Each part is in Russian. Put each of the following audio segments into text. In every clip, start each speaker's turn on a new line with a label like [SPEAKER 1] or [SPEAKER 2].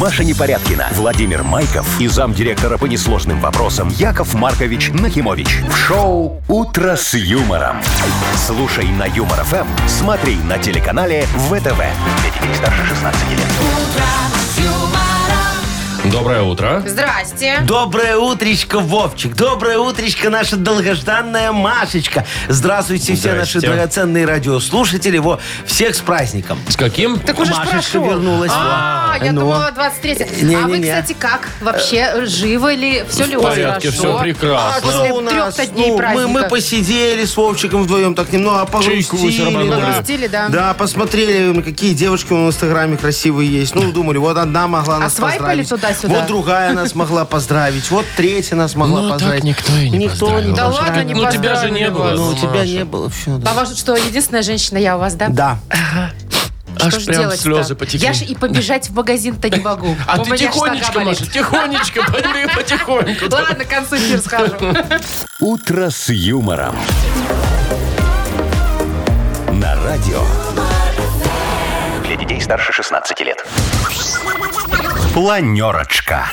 [SPEAKER 1] Маша Непорядкина, Владимир Майков и замдиректора по несложным вопросам Яков Маркович Нахимович. В шоу «Утро с юмором». Слушай на Юмор ФМ, смотри на телеканале ВТВ. Для детей старше 16 лет.
[SPEAKER 2] Доброе утро.
[SPEAKER 3] Здрасте.
[SPEAKER 4] Доброе утречко, Вовчик. Доброе утречко, наша долгожданная Машечка. Здравствуйте, все
[SPEAKER 2] Здрасте.
[SPEAKER 4] наши драгоценные радиослушатели. Во, всех с праздником.
[SPEAKER 2] С каким?
[SPEAKER 3] Так уже ж
[SPEAKER 4] Машечка
[SPEAKER 3] прошел.
[SPEAKER 4] вернулась.
[SPEAKER 3] А,
[SPEAKER 4] во.
[SPEAKER 3] я
[SPEAKER 4] Ну.
[SPEAKER 3] думала 23
[SPEAKER 4] Не,
[SPEAKER 3] А
[SPEAKER 4] не,
[SPEAKER 3] вы,
[SPEAKER 4] не.
[SPEAKER 3] кстати, как? Вообще живы ли? Все ли у вас
[SPEAKER 2] порядке,
[SPEAKER 3] хорошо?
[SPEAKER 2] всё прекрасно.
[SPEAKER 4] А
[SPEAKER 3] После
[SPEAKER 4] что у нас?
[SPEAKER 3] трёх-то дней
[SPEAKER 4] Ну, мы,
[SPEAKER 3] праздника.
[SPEAKER 4] мы посидели с Вовчиком вдвоем так немного погрустили.
[SPEAKER 2] шарманули.
[SPEAKER 4] да.
[SPEAKER 3] Погрустили, да.
[SPEAKER 4] Да, посмотрели, какие девушки в Инстаграме красивые есть. Ну, думали, вот одна могла нас
[SPEAKER 3] А свайпали
[SPEAKER 4] поздравить.
[SPEAKER 3] туда-сюда?
[SPEAKER 4] Вот другая нас могла поздравить. Вот третья нас могла
[SPEAKER 2] Ну, так
[SPEAKER 4] поздравить.
[SPEAKER 2] никто и не поздравил.
[SPEAKER 3] Да
[SPEAKER 4] поздравил.
[SPEAKER 3] ладно, не
[SPEAKER 2] Ну, тебя же не
[SPEAKER 3] поздравили
[SPEAKER 2] было.
[SPEAKER 3] вас.
[SPEAKER 4] Ну, у
[SPEAKER 2] Маша.
[SPEAKER 4] тебя не было. Все,
[SPEAKER 3] А вас что, единственная женщина я а у вас, да?
[SPEAKER 4] Да.
[SPEAKER 3] а Что
[SPEAKER 2] Аж
[SPEAKER 3] ж
[SPEAKER 2] прям
[SPEAKER 3] делать-то?
[SPEAKER 2] слезы потекли.
[SPEAKER 3] Я же и побежать в магазин-то не могу.
[SPEAKER 2] А
[SPEAKER 3] У
[SPEAKER 2] ты
[SPEAKER 3] меня ж
[SPEAKER 2] тихонечко,
[SPEAKER 3] нога болит.
[SPEAKER 2] Маша, тихонечко, пойми, потихоньку.
[SPEAKER 3] Ладно, к концу эфира схожу.
[SPEAKER 1] «Утро с юмором». На радио. Для детей старше 16 лет. Планерочка.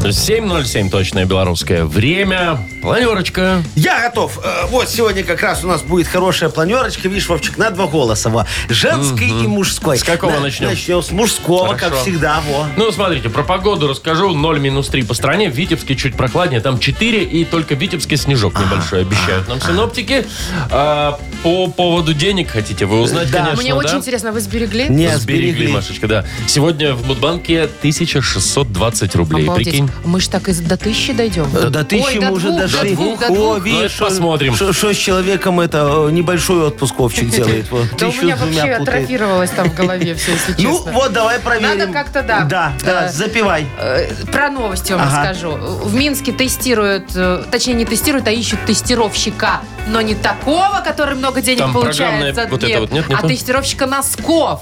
[SPEAKER 2] 7.07 точное белорусское время. Планерочка.
[SPEAKER 4] Я готов. Э, Вот сегодня как раз у нас будет хорошая планерочка. Видишь, Вовчик, на два голоса. Во. Женской и мужской.
[SPEAKER 2] С какого
[SPEAKER 4] На-
[SPEAKER 2] начнем?
[SPEAKER 4] Начнем с мужского,
[SPEAKER 2] Хорошо.
[SPEAKER 4] как всегда. Во.
[SPEAKER 2] Ну, смотрите, про погоду расскажу. 0 минус 3 по стране. В Витебске чуть прохладнее. Там 4 и только в Витебске снежок небольшой обещают нам синоптики. А, по поводу денег хотите вы узнать,
[SPEAKER 4] Да.
[SPEAKER 2] конечно,
[SPEAKER 3] Мне очень
[SPEAKER 2] да?
[SPEAKER 3] интересно, вы сберегли?
[SPEAKER 4] Не,
[SPEAKER 2] Сберегли,
[SPEAKER 4] сберегли.
[SPEAKER 2] Машечка, да. Сегодня в Мудбанке 1620 рублей.
[SPEAKER 3] Обалдеть.
[SPEAKER 2] Прикинь.
[SPEAKER 3] Мы ж так и до тысячи дойдем.
[SPEAKER 4] Э, До тысячи
[SPEAKER 3] Ой,
[SPEAKER 4] мы
[SPEAKER 3] до
[SPEAKER 4] уже
[SPEAKER 3] двух,
[SPEAKER 4] дошли.
[SPEAKER 3] До двух, до
[SPEAKER 4] О,
[SPEAKER 3] двух.
[SPEAKER 4] видишь,
[SPEAKER 2] Ну, это посмотрим.
[SPEAKER 4] Что, что с человеком это э, небольшой отпусковчик делает. Вот,
[SPEAKER 3] Да у
[SPEAKER 4] тысячу
[SPEAKER 3] меня
[SPEAKER 4] с двумя
[SPEAKER 3] вообще
[SPEAKER 4] путает.
[SPEAKER 3] атрофировалось там в голове все, если
[SPEAKER 4] Ну
[SPEAKER 3] честно.
[SPEAKER 4] вот, давай проверим.
[SPEAKER 3] как-то, да.
[SPEAKER 4] Да, да,
[SPEAKER 3] Э,
[SPEAKER 4] запивай.
[SPEAKER 3] Э, Про новости вам
[SPEAKER 4] Ага.
[SPEAKER 3] расскажу. В Минске тестируют, э, точнее не тестируют, а ищут тестировщика. Но не такого, который много денег
[SPEAKER 2] Там
[SPEAKER 3] получает за
[SPEAKER 2] программное вот это вот, нет, не
[SPEAKER 3] а
[SPEAKER 2] то?
[SPEAKER 3] тестировщика носков.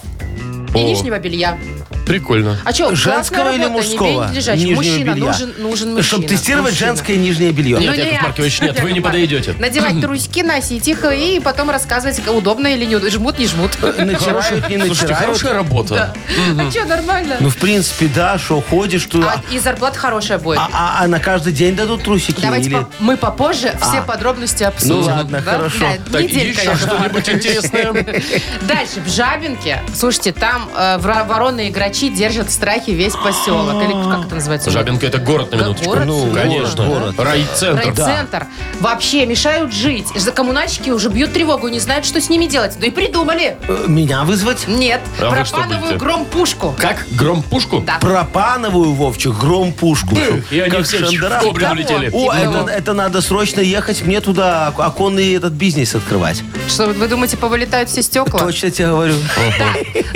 [SPEAKER 3] И
[SPEAKER 2] О.
[SPEAKER 3] нижнего белья.
[SPEAKER 2] Прикольно.
[SPEAKER 3] А что,
[SPEAKER 4] Женского или мужского? Нижнего
[SPEAKER 3] Мужчина,
[SPEAKER 4] белья.
[SPEAKER 3] нужен, нужен мужчина.
[SPEAKER 4] Чтобы тестировать
[SPEAKER 3] Мужчина. Ну,
[SPEAKER 4] женское нижнее белье.
[SPEAKER 2] Нет, Яков Маркович, нет, вы не подойдете.
[SPEAKER 3] Надевать трусики, носить их и потом рассказывать, удобно или не удобно. Жмут, не жмут.
[SPEAKER 4] Натирают, не
[SPEAKER 2] Слушайте,
[SPEAKER 4] натирают.
[SPEAKER 2] хорошая работа.
[SPEAKER 3] А что, нормально?
[SPEAKER 4] Ну, в принципе, да, что ходишь
[SPEAKER 3] А,
[SPEAKER 4] туда.
[SPEAKER 3] и зарплата хорошая будет.
[SPEAKER 4] А, а- а на каждый день дадут трусики?
[SPEAKER 3] Давайте
[SPEAKER 4] или-
[SPEAKER 3] по- мы попозже все подробности обсудим.
[SPEAKER 4] Ну ладно,
[SPEAKER 3] Да?
[SPEAKER 4] хорошо.
[SPEAKER 3] Да,
[SPEAKER 2] Так,
[SPEAKER 3] неделька,
[SPEAKER 2] еще
[SPEAKER 3] Яков
[SPEAKER 2] что-нибудь
[SPEAKER 3] Маркович.
[SPEAKER 2] интересное?
[SPEAKER 3] Дальше, в Жабинке. Слушайте, там э, вра- вороны-играчи держат в страхе весь поселок. Или как это называется?
[SPEAKER 2] Жабинка это город на
[SPEAKER 3] Да,
[SPEAKER 2] минуточку.
[SPEAKER 3] город,
[SPEAKER 2] ну,
[SPEAKER 3] город,
[SPEAKER 2] конечно.
[SPEAKER 4] город.
[SPEAKER 2] Райцентр.
[SPEAKER 3] Райцентр. Вообще мешают жить. За коммунальщики уже бьют тревогу и не знают, что с ними делать. Ну и придумали.
[SPEAKER 4] Э, Меня вызвать?
[SPEAKER 3] Нет,
[SPEAKER 2] А вы что будете?
[SPEAKER 3] пропановую громпушку.
[SPEAKER 2] Как? Громпушку?
[SPEAKER 3] Да.
[SPEAKER 4] Пропановую, Вовчик, гром пушку.
[SPEAKER 2] И они
[SPEAKER 4] Как
[SPEAKER 2] все
[SPEAKER 4] шандарах.
[SPEAKER 2] в обрию улетели.
[SPEAKER 4] О,
[SPEAKER 3] Типа
[SPEAKER 4] это,
[SPEAKER 3] того.
[SPEAKER 4] это надо срочно ехать мне туда ок- оконный этот бизнес открывать.
[SPEAKER 3] Что, вы думаете, повылетают все стекла?
[SPEAKER 4] Точно тебе говорю.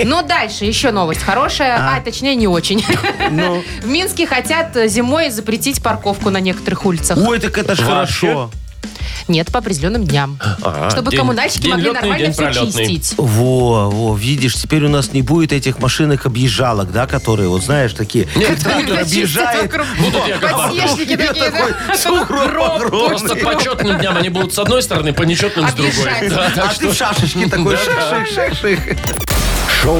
[SPEAKER 3] Но дальше еще новость хорошая, а, точнее не очень.
[SPEAKER 4] Ну.
[SPEAKER 3] В Минске хотят э, зимой запретить парковку на некоторых улицах.
[SPEAKER 4] Ой, так это ж
[SPEAKER 2] Вообще?
[SPEAKER 4] хорошо.
[SPEAKER 3] Нет, по определенным дням.
[SPEAKER 2] А,
[SPEAKER 3] Чтобы
[SPEAKER 2] день-
[SPEAKER 3] коммунальщики
[SPEAKER 2] день
[SPEAKER 3] могли
[SPEAKER 2] лётный,
[SPEAKER 3] нормально
[SPEAKER 2] день
[SPEAKER 3] все
[SPEAKER 2] пролётный.
[SPEAKER 3] чистить.
[SPEAKER 4] Во, во, видишь, теперь у нас не будет этих машинок объезжалок, да, которые, вот знаешь, такие. Трактор объезжает.
[SPEAKER 3] Вокруг.
[SPEAKER 2] Будут, Яков Маркович.
[SPEAKER 3] Подснежники
[SPEAKER 4] Я
[SPEAKER 3] такие,
[SPEAKER 4] такой,
[SPEAKER 3] да?
[SPEAKER 4] сугроб огромный.
[SPEAKER 2] Просто по четным дням они будут с одной стороны, по нечетным с другой.
[SPEAKER 3] Обижать.
[SPEAKER 2] Да,
[SPEAKER 4] А
[SPEAKER 2] так
[SPEAKER 4] ты в
[SPEAKER 2] что
[SPEAKER 4] шашечке такой,
[SPEAKER 2] Да, да.
[SPEAKER 4] ших-ших-ших-ших.
[SPEAKER 1] Шоу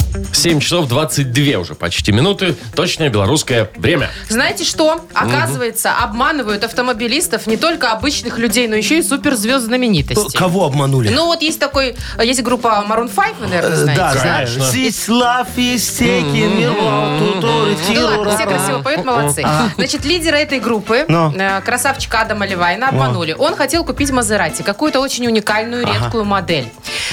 [SPEAKER 2] 7 часов 22 уже почти минуты. Точное белорусское время.
[SPEAKER 3] Знаете что? Оказывается, обманывают автомобилистов не только обычных людей, но еще и суперзвезд знаменитостей.
[SPEAKER 4] Кого обманули?
[SPEAKER 3] Ну вот есть такой, есть группа Maroon 5, вы, наверное,
[SPEAKER 4] Э, Да,
[SPEAKER 3] знаете.
[SPEAKER 4] знаешь,
[SPEAKER 2] Конечно.
[SPEAKER 4] здесь лав и стеки, мило, тутори,
[SPEAKER 3] Ну ладно, все
[SPEAKER 4] тиру-ра-ра.
[SPEAKER 3] красиво поют, молодцы. Значит, лидера этой группы,
[SPEAKER 4] Ну.
[SPEAKER 3] э, красавчика Адама Левайна, обманули. Он хотел купить Мазерати, какую-то очень уникальную, редкую модель.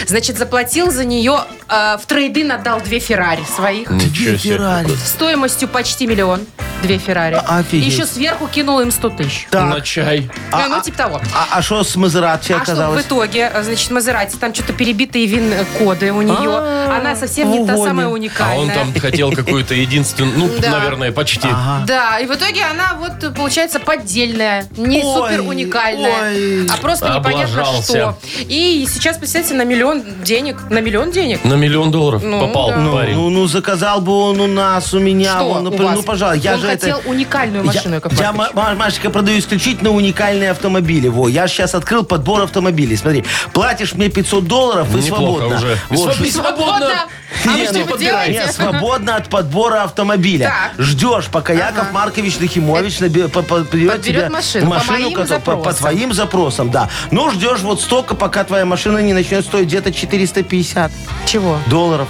[SPEAKER 3] Значит, заплатил за нее, э, в трейдин отдал две Феррари своих.
[SPEAKER 2] Ничего себе.
[SPEAKER 4] Феррари.
[SPEAKER 3] Стоимостью почти миллион. Две Феррари.
[SPEAKER 4] А, Офигеть.
[SPEAKER 3] Еще сверху кинул им 100 тысяч.
[SPEAKER 2] На
[SPEAKER 4] Так,
[SPEAKER 2] чай.
[SPEAKER 3] Э, ну, типа того.
[SPEAKER 4] а что с Мазерати
[SPEAKER 3] А что в
[SPEAKER 4] оказалось?
[SPEAKER 3] итоге, э, значит, Мазерати, там что-то перебитые вин-коды у нее. Она совсем не та
[SPEAKER 4] вон
[SPEAKER 3] самая
[SPEAKER 4] А, он.
[SPEAKER 2] А
[SPEAKER 3] уникальная.
[SPEAKER 2] он там хотел какую-то единственную, ну,
[SPEAKER 3] Да.
[SPEAKER 2] наверное, почти.
[SPEAKER 4] а.
[SPEAKER 3] Да, и в итоге она вот получается поддельная, не
[SPEAKER 4] Ой,
[SPEAKER 3] супер уникальная,
[SPEAKER 4] ой.
[SPEAKER 3] а просто непонятно
[SPEAKER 2] Облажался.
[SPEAKER 3] что. И сейчас, представьте, на миллион денег, на миллион денег.
[SPEAKER 2] На миллион долларов попал
[SPEAKER 3] да.
[SPEAKER 4] Ну,
[SPEAKER 2] парень.
[SPEAKER 4] ну, ну, заказал бы он у нас, у меня,
[SPEAKER 3] Что
[SPEAKER 4] он, ну,
[SPEAKER 3] у
[SPEAKER 4] при-
[SPEAKER 3] вас?
[SPEAKER 4] ну, пожалуй, я
[SPEAKER 3] Он
[SPEAKER 4] же это-
[SPEAKER 3] хотел уникальную машину,
[SPEAKER 4] Я,
[SPEAKER 3] Яков
[SPEAKER 4] я,
[SPEAKER 3] Маркович.
[SPEAKER 4] Ма- Ма- Машечка, продаю исключительно уникальные автомобили. Во, я сейчас открыл подбор автомобилей. Смотри, платишь мне 500 долларов и
[SPEAKER 2] Неплохо
[SPEAKER 4] свободно.
[SPEAKER 2] уже.
[SPEAKER 4] Вот.
[SPEAKER 2] Своб-
[SPEAKER 3] Свободно. А вы
[SPEAKER 2] Не,
[SPEAKER 3] что
[SPEAKER 2] ну,
[SPEAKER 3] вы делаете?
[SPEAKER 4] Нет, Э, свободно от подбора автомобиля.
[SPEAKER 3] Так.
[SPEAKER 4] Ждешь, пока Яков Маркович Нахимович наби- по- по- подберет
[SPEAKER 3] Подберет
[SPEAKER 4] тебе
[SPEAKER 3] машину по моим
[SPEAKER 4] которая- по, по
[SPEAKER 3] запросам.
[SPEAKER 4] твоим запросам, да. Ну, ждешь вот столько, пока твоя машина не начнет стоить где-то 450
[SPEAKER 3] Чего?
[SPEAKER 4] долларов.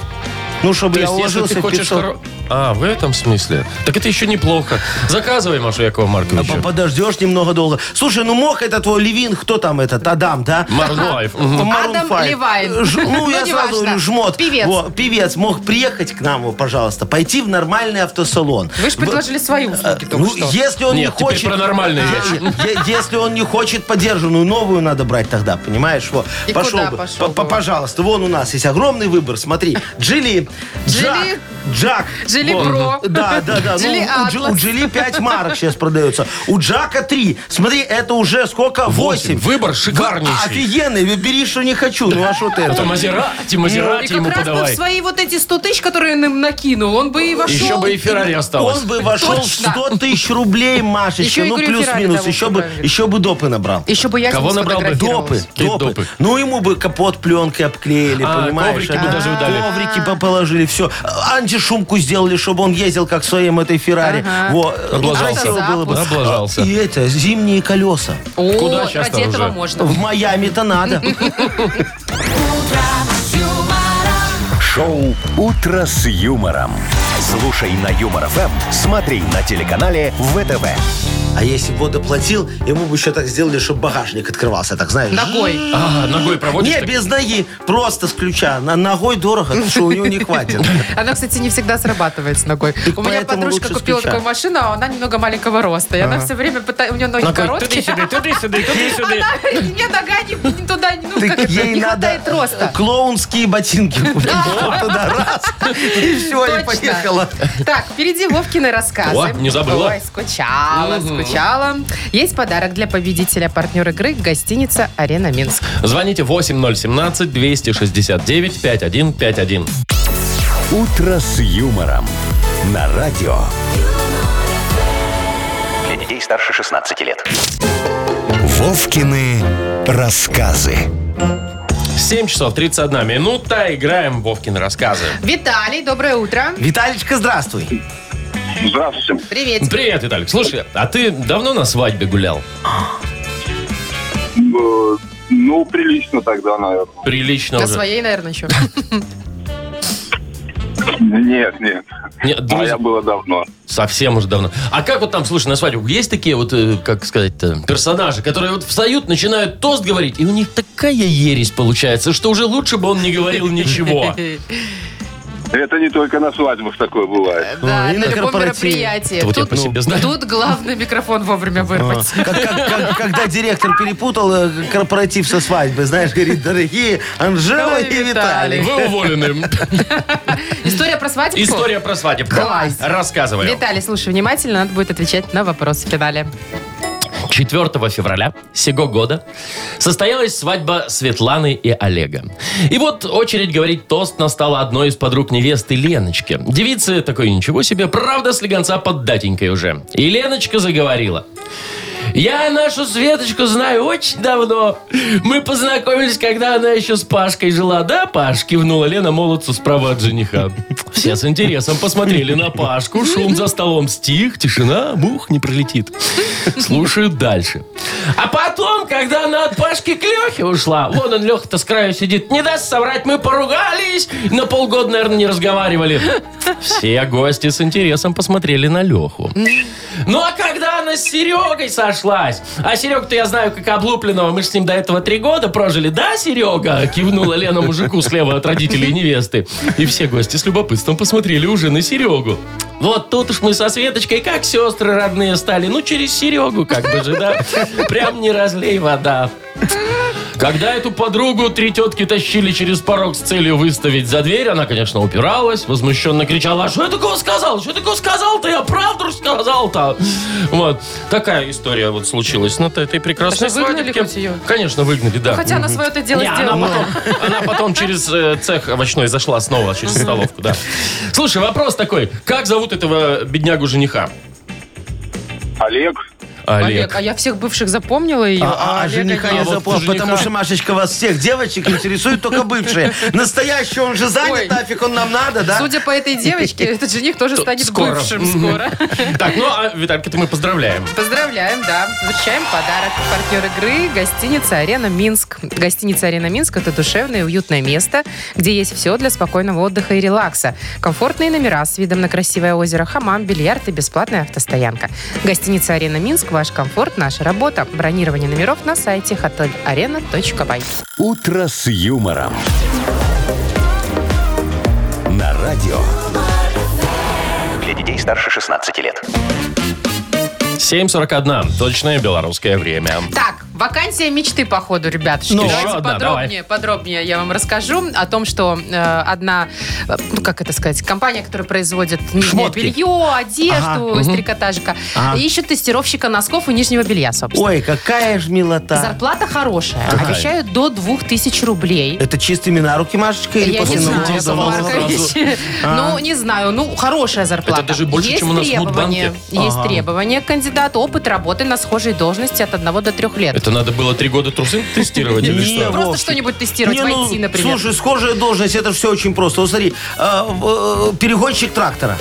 [SPEAKER 4] Ну, чтобы
[SPEAKER 2] То
[SPEAKER 4] я
[SPEAKER 2] есть, если
[SPEAKER 4] уложился
[SPEAKER 2] ты
[SPEAKER 4] в
[SPEAKER 2] хочешь...
[SPEAKER 4] 500.
[SPEAKER 2] хоро- А, в этом смысле? Так это еще неплохо. Заказывай, Машу Якова
[SPEAKER 4] А по-
[SPEAKER 2] Марковича.
[SPEAKER 4] Подождешь немного долго. Слушай, ну мог это твой Левин, кто там этот, Адам, да?
[SPEAKER 2] Марлаев.
[SPEAKER 4] Maroon
[SPEAKER 3] Адам
[SPEAKER 4] five.
[SPEAKER 3] Левайн.
[SPEAKER 4] Ж-
[SPEAKER 3] Ну,
[SPEAKER 4] Ну, я
[SPEAKER 3] неважно.
[SPEAKER 4] сразу говорю, жмот.
[SPEAKER 3] Певец.
[SPEAKER 4] Во, певец мог приехать к нам, вот, пожалуйста, пойти в нормальный автосалон.
[SPEAKER 3] Вы же
[SPEAKER 4] В-
[SPEAKER 3] предложили свои услуги
[SPEAKER 4] Ну,
[SPEAKER 3] только что.
[SPEAKER 4] если он
[SPEAKER 2] Нет,
[SPEAKER 4] не
[SPEAKER 2] теперь
[SPEAKER 4] хочет...
[SPEAKER 2] про нормальные вещи.
[SPEAKER 4] Е- е- Если он не хочет подержанную, новую надо брать тогда, понимаешь? Во,
[SPEAKER 3] И куда пошел
[SPEAKER 4] П- п-
[SPEAKER 3] бы?
[SPEAKER 4] Пожалуйста, вон у нас есть огромный выбор. Смотри, Джили,
[SPEAKER 3] Джили?
[SPEAKER 4] Джак, Джак.
[SPEAKER 3] Джили
[SPEAKER 4] Вот.
[SPEAKER 3] Бро.
[SPEAKER 4] Да, да, да. Ну,
[SPEAKER 3] Джили
[SPEAKER 4] у Дж- у
[SPEAKER 3] Атлас.
[SPEAKER 4] Джили 5 марок сейчас продается. У Джака 3. Смотри, это уже сколько?
[SPEAKER 2] Восемь.
[SPEAKER 4] 8.
[SPEAKER 2] Выбор шикарнейший.
[SPEAKER 4] Офигенный, бери, что не хочу. Ну а что ты?
[SPEAKER 2] Это
[SPEAKER 4] это?
[SPEAKER 2] Мазерати,
[SPEAKER 3] И
[SPEAKER 2] Мазерати
[SPEAKER 3] как
[SPEAKER 2] ему
[SPEAKER 3] раз бы в
[SPEAKER 2] подавай.
[SPEAKER 3] свои вот эти 100 тысяч, которые он им накинул, он бы и вошел.
[SPEAKER 2] Еще бы и Феррари осталось.
[SPEAKER 4] Он бы вошел в
[SPEAKER 3] Точно.
[SPEAKER 4] 100 тысяч рублей, Машечка.
[SPEAKER 3] Еще и
[SPEAKER 4] Ну,
[SPEAKER 3] Грюфераль
[SPEAKER 4] плюс-минус.
[SPEAKER 3] того
[SPEAKER 4] Еще бы,
[SPEAKER 3] поправили.
[SPEAKER 4] еще бы допы набрал.
[SPEAKER 3] Еще бы я с
[SPEAKER 2] Кого
[SPEAKER 3] ним
[SPEAKER 2] набрал бы?
[SPEAKER 4] Допы,
[SPEAKER 3] сфотографировалась.
[SPEAKER 2] Какие
[SPEAKER 4] допы.
[SPEAKER 2] допы?
[SPEAKER 4] Ну, ему бы капот пленкой обклеили,
[SPEAKER 2] А,
[SPEAKER 4] понимаешь?
[SPEAKER 2] коврики бы даже удали.
[SPEAKER 4] Коврики бы положили, все. Антишумку сделали, чтобы он ездил, как в своем этой Феррари. Во,
[SPEAKER 2] Облажался.
[SPEAKER 4] красиво было бы.
[SPEAKER 2] Облажался.
[SPEAKER 4] И это, зимние колеса.
[SPEAKER 3] О,
[SPEAKER 2] Куда
[SPEAKER 3] ради
[SPEAKER 2] сейчас-то
[SPEAKER 3] этого
[SPEAKER 2] уже?
[SPEAKER 3] можно.
[SPEAKER 4] В Майами-то надо.
[SPEAKER 1] Шоу «Утро с юмором». Слушай на Юмор ФМ, смотри на телеканале ВТВ.
[SPEAKER 4] А если бы он доплатил, ему бы еще так сделали, чтобы багажник открывался, так знаешь.
[SPEAKER 3] Ногой.
[SPEAKER 2] А, ногой проводишь?
[SPEAKER 4] Не,
[SPEAKER 2] так?
[SPEAKER 4] без ноги, просто с ключа. На ногой дорого, потому что у него не хватит.
[SPEAKER 3] Она, кстати, не всегда срабатывает с ногой. У меня
[SPEAKER 4] поэтому
[SPEAKER 3] подружка
[SPEAKER 4] лучше
[SPEAKER 3] купила
[SPEAKER 4] стучать.
[SPEAKER 3] такую машину, а она немного маленького роста. И она все время пытается... У нее ноги
[SPEAKER 2] Ногой
[SPEAKER 3] короткие.
[SPEAKER 2] туда-сюда, туда-сюда, туда-сюда.
[SPEAKER 3] Она... Мне нога не, не туда, ну,
[SPEAKER 4] Так
[SPEAKER 3] как это,
[SPEAKER 4] ей
[SPEAKER 3] не
[SPEAKER 4] надо
[SPEAKER 3] хватает роста.
[SPEAKER 4] клоунские ботинки купить. Вот Туда раз, и все, и
[SPEAKER 3] Точно.
[SPEAKER 4] поехала.
[SPEAKER 3] Так, впереди Вовкины рассказы.
[SPEAKER 2] О, не забыла.
[SPEAKER 3] Ой, скучала, скучала. Есть подарок для победителя, партнер игры, гостиница «Арена Минск».
[SPEAKER 2] Звоните 8017-269-5151.
[SPEAKER 1] «Утро с юмором» на радио.
[SPEAKER 5] Для детей старше 16 лет.
[SPEAKER 1] Вовкины рассказы.
[SPEAKER 2] 7 часов 31 минута. Играем в Вовкин рассказы.
[SPEAKER 3] Виталий, доброе утро.
[SPEAKER 4] Виталичка, здравствуй.
[SPEAKER 6] Здравствуйте.
[SPEAKER 3] Привет.
[SPEAKER 2] Привет, Виталик. Слушай, а ты давно на свадьбе гулял?
[SPEAKER 6] Э, Ну, прилично тогда, наверное.
[SPEAKER 2] Прилично
[SPEAKER 3] На
[SPEAKER 2] уже.
[SPEAKER 3] своей, наверное, еще.
[SPEAKER 6] Нет, нет.
[SPEAKER 2] Не,
[SPEAKER 6] А
[SPEAKER 2] друзья,
[SPEAKER 6] я было давно.
[SPEAKER 2] Совсем уже давно. А как вот там, слушай, на свадьбу есть такие вот, э, как сказать персонажи, которые вот встают, начинают тост говорить, и у них такая ересь получается, что уже лучше бы он не говорил ничего.
[SPEAKER 6] Это не только на свадьбах такое бывает.
[SPEAKER 3] Да,
[SPEAKER 4] и
[SPEAKER 3] на
[SPEAKER 4] на
[SPEAKER 3] любом
[SPEAKER 4] корпоративе.
[SPEAKER 3] мероприятии.
[SPEAKER 2] Это вот я
[SPEAKER 3] Тут-
[SPEAKER 2] по себе знаю.
[SPEAKER 3] Тут главное микрофон вовремя
[SPEAKER 4] А,
[SPEAKER 3] вырвать.
[SPEAKER 4] как- как- как- Когда директор перепутал э, корпоратив со свадьбы, знаешь, говорит, дорогие Анжела
[SPEAKER 3] Ой,
[SPEAKER 4] и
[SPEAKER 3] Виталий.
[SPEAKER 4] Виталий.
[SPEAKER 2] Вы уволены.
[SPEAKER 3] История про свадьбу?
[SPEAKER 2] История про свадебку.
[SPEAKER 3] Класс.
[SPEAKER 2] Рассказываю.
[SPEAKER 3] Виталий, слушай внимательно, надо будет отвечать на вопрос в финале.
[SPEAKER 2] 4 февраля сего года состоялась свадьба Светланы и Олега. И вот очередь говорить тост настала одной из подруг невесты Леночки. Девица такой, ничего себе, правда слегонца поддатенькой уже. И Леночка заговорила. Я нашу Светочку знаю очень давно. Мы познакомились, когда она еще с Пашкой жила. Да, Паш? Кивнула Лена молодцу справа от жениха. Все с интересом посмотрели на Пашку. Шум за столом стих, тишина, мух не пролетит. Слушают дальше. А потом, когда она от Пашки к Лехе ушла, вон он, Леха-то с краю сидит, не даст соврать, мы поругались. На полгода, наверное, не разговаривали. Все гости с интересом посмотрели на Леху. Ну а когда она с Серегой сошлась? А Серега-то я знаю как облупленного, мы же с ним до этого три года прожили. Да, Серега? Кивнула Лена мужику слева от родителей невесты. И все гости с любопытством посмотрели уже на Серегу. Вот тут уж мы со Светочкой как сестры родные стали. Ну через Серегу как бы же, да? Прям не разлей вода. Когда эту подругу три тетки тащили через порог с целью выставить за дверь, она, конечно, упиралась, возмущенно кричала, «А что я такого сказал? Что я такого сказал-то? Я правду ж сказал-то!» Вот. Такая история вот случилась на этой прекрасной
[SPEAKER 3] А что, выгнали
[SPEAKER 2] свадебке.
[SPEAKER 3] хоть её?
[SPEAKER 2] Конечно, выгнали, да.
[SPEAKER 3] Хотя она свое это дело
[SPEAKER 2] Не, она
[SPEAKER 3] сделала.
[SPEAKER 2] потом, она потом через э, цех овощной зашла снова через столовку, да. Слушай, вопрос такой. Как зовут этого беднягу жениха?
[SPEAKER 6] Олег.
[SPEAKER 2] Олег.
[SPEAKER 3] Олег, а я всех бывших запомнила ее.
[SPEAKER 4] А, а,
[SPEAKER 3] Олега
[SPEAKER 4] жениха
[SPEAKER 2] А
[SPEAKER 4] я
[SPEAKER 3] нет.
[SPEAKER 2] вот
[SPEAKER 4] запомнил,
[SPEAKER 2] жениха.
[SPEAKER 4] потому что, Машечка, вас всех девочек интересует только бывшие. Настоящий он же занят,
[SPEAKER 3] Ой.
[SPEAKER 4] нафиг он нам надо, да?
[SPEAKER 3] Судя по этой девочке, этот жених тоже станет
[SPEAKER 2] скоро.
[SPEAKER 3] бывшим скоро.
[SPEAKER 2] Так, ну, а, Виталька, ты мы поздравляем.
[SPEAKER 3] Поздравляем, да. Вручаем подарок. Партнер игры – гостиница «Арена Минск». Гостиница «Арена Минск» – это душевное и уютное место, где есть все для спокойного отдыха и релакса. Комфортные номера с видом на красивое озеро, хамам, бильярд и бесплатная автостоянка. Гостиница «Арена Минск» – ваш комфорт, наша работа. Бронирование номеров на сайте hotelarena.by.
[SPEAKER 1] «Утро с юмором». На радио.
[SPEAKER 5] Для детей старше 16 лет.
[SPEAKER 2] 7.41. Точное белорусское время.
[SPEAKER 3] Так, вакансия мечты, походу, ребятушки.
[SPEAKER 2] Ну,
[SPEAKER 3] Давайте
[SPEAKER 2] еще одна,
[SPEAKER 3] подробнее, подробнее я вам расскажу о том, что э, одна, э, ну, как это сказать, компания, которая производит нижнее
[SPEAKER 4] Шмотки.
[SPEAKER 3] белье, одежду,
[SPEAKER 4] Ага, мгм.
[SPEAKER 3] стрикотажика,
[SPEAKER 4] Ага.
[SPEAKER 3] ищет тестировщика носков и нижнего белья, собственно.
[SPEAKER 4] Ой, какая же милота.
[SPEAKER 3] Зарплата хорошая.
[SPEAKER 4] Какая?
[SPEAKER 3] Обещают до 2000 рублей.
[SPEAKER 4] Это чистыми на руки, Машечка,
[SPEAKER 3] Я
[SPEAKER 4] или
[SPEAKER 3] не
[SPEAKER 4] после
[SPEAKER 3] знаю,
[SPEAKER 4] Нового
[SPEAKER 2] Нового
[SPEAKER 3] Яков
[SPEAKER 2] Завода
[SPEAKER 4] года?
[SPEAKER 3] Маркович.
[SPEAKER 4] А.
[SPEAKER 3] Ну, не знаю. Ну, хорошая зарплата.
[SPEAKER 2] даже больше,
[SPEAKER 3] Есть
[SPEAKER 2] чем у нас в
[SPEAKER 3] требования.
[SPEAKER 2] Мудбанке.
[SPEAKER 3] Есть
[SPEAKER 4] Ага.
[SPEAKER 3] требования к кандидату. Опыт работы на схожей должности от 1 до 3 лет.
[SPEAKER 2] Это надо было три года трусы тестировать или
[SPEAKER 4] Не,
[SPEAKER 2] что? А, ну,
[SPEAKER 4] вот.
[SPEAKER 3] Просто
[SPEAKER 4] Вовчик.
[SPEAKER 3] что-нибудь тестировать,
[SPEAKER 4] Не, ну,
[SPEAKER 3] войти, например.
[SPEAKER 4] Слушай, схожая должность, это все очень просто. Вот смотри, э, в- э, перегонщик трактора.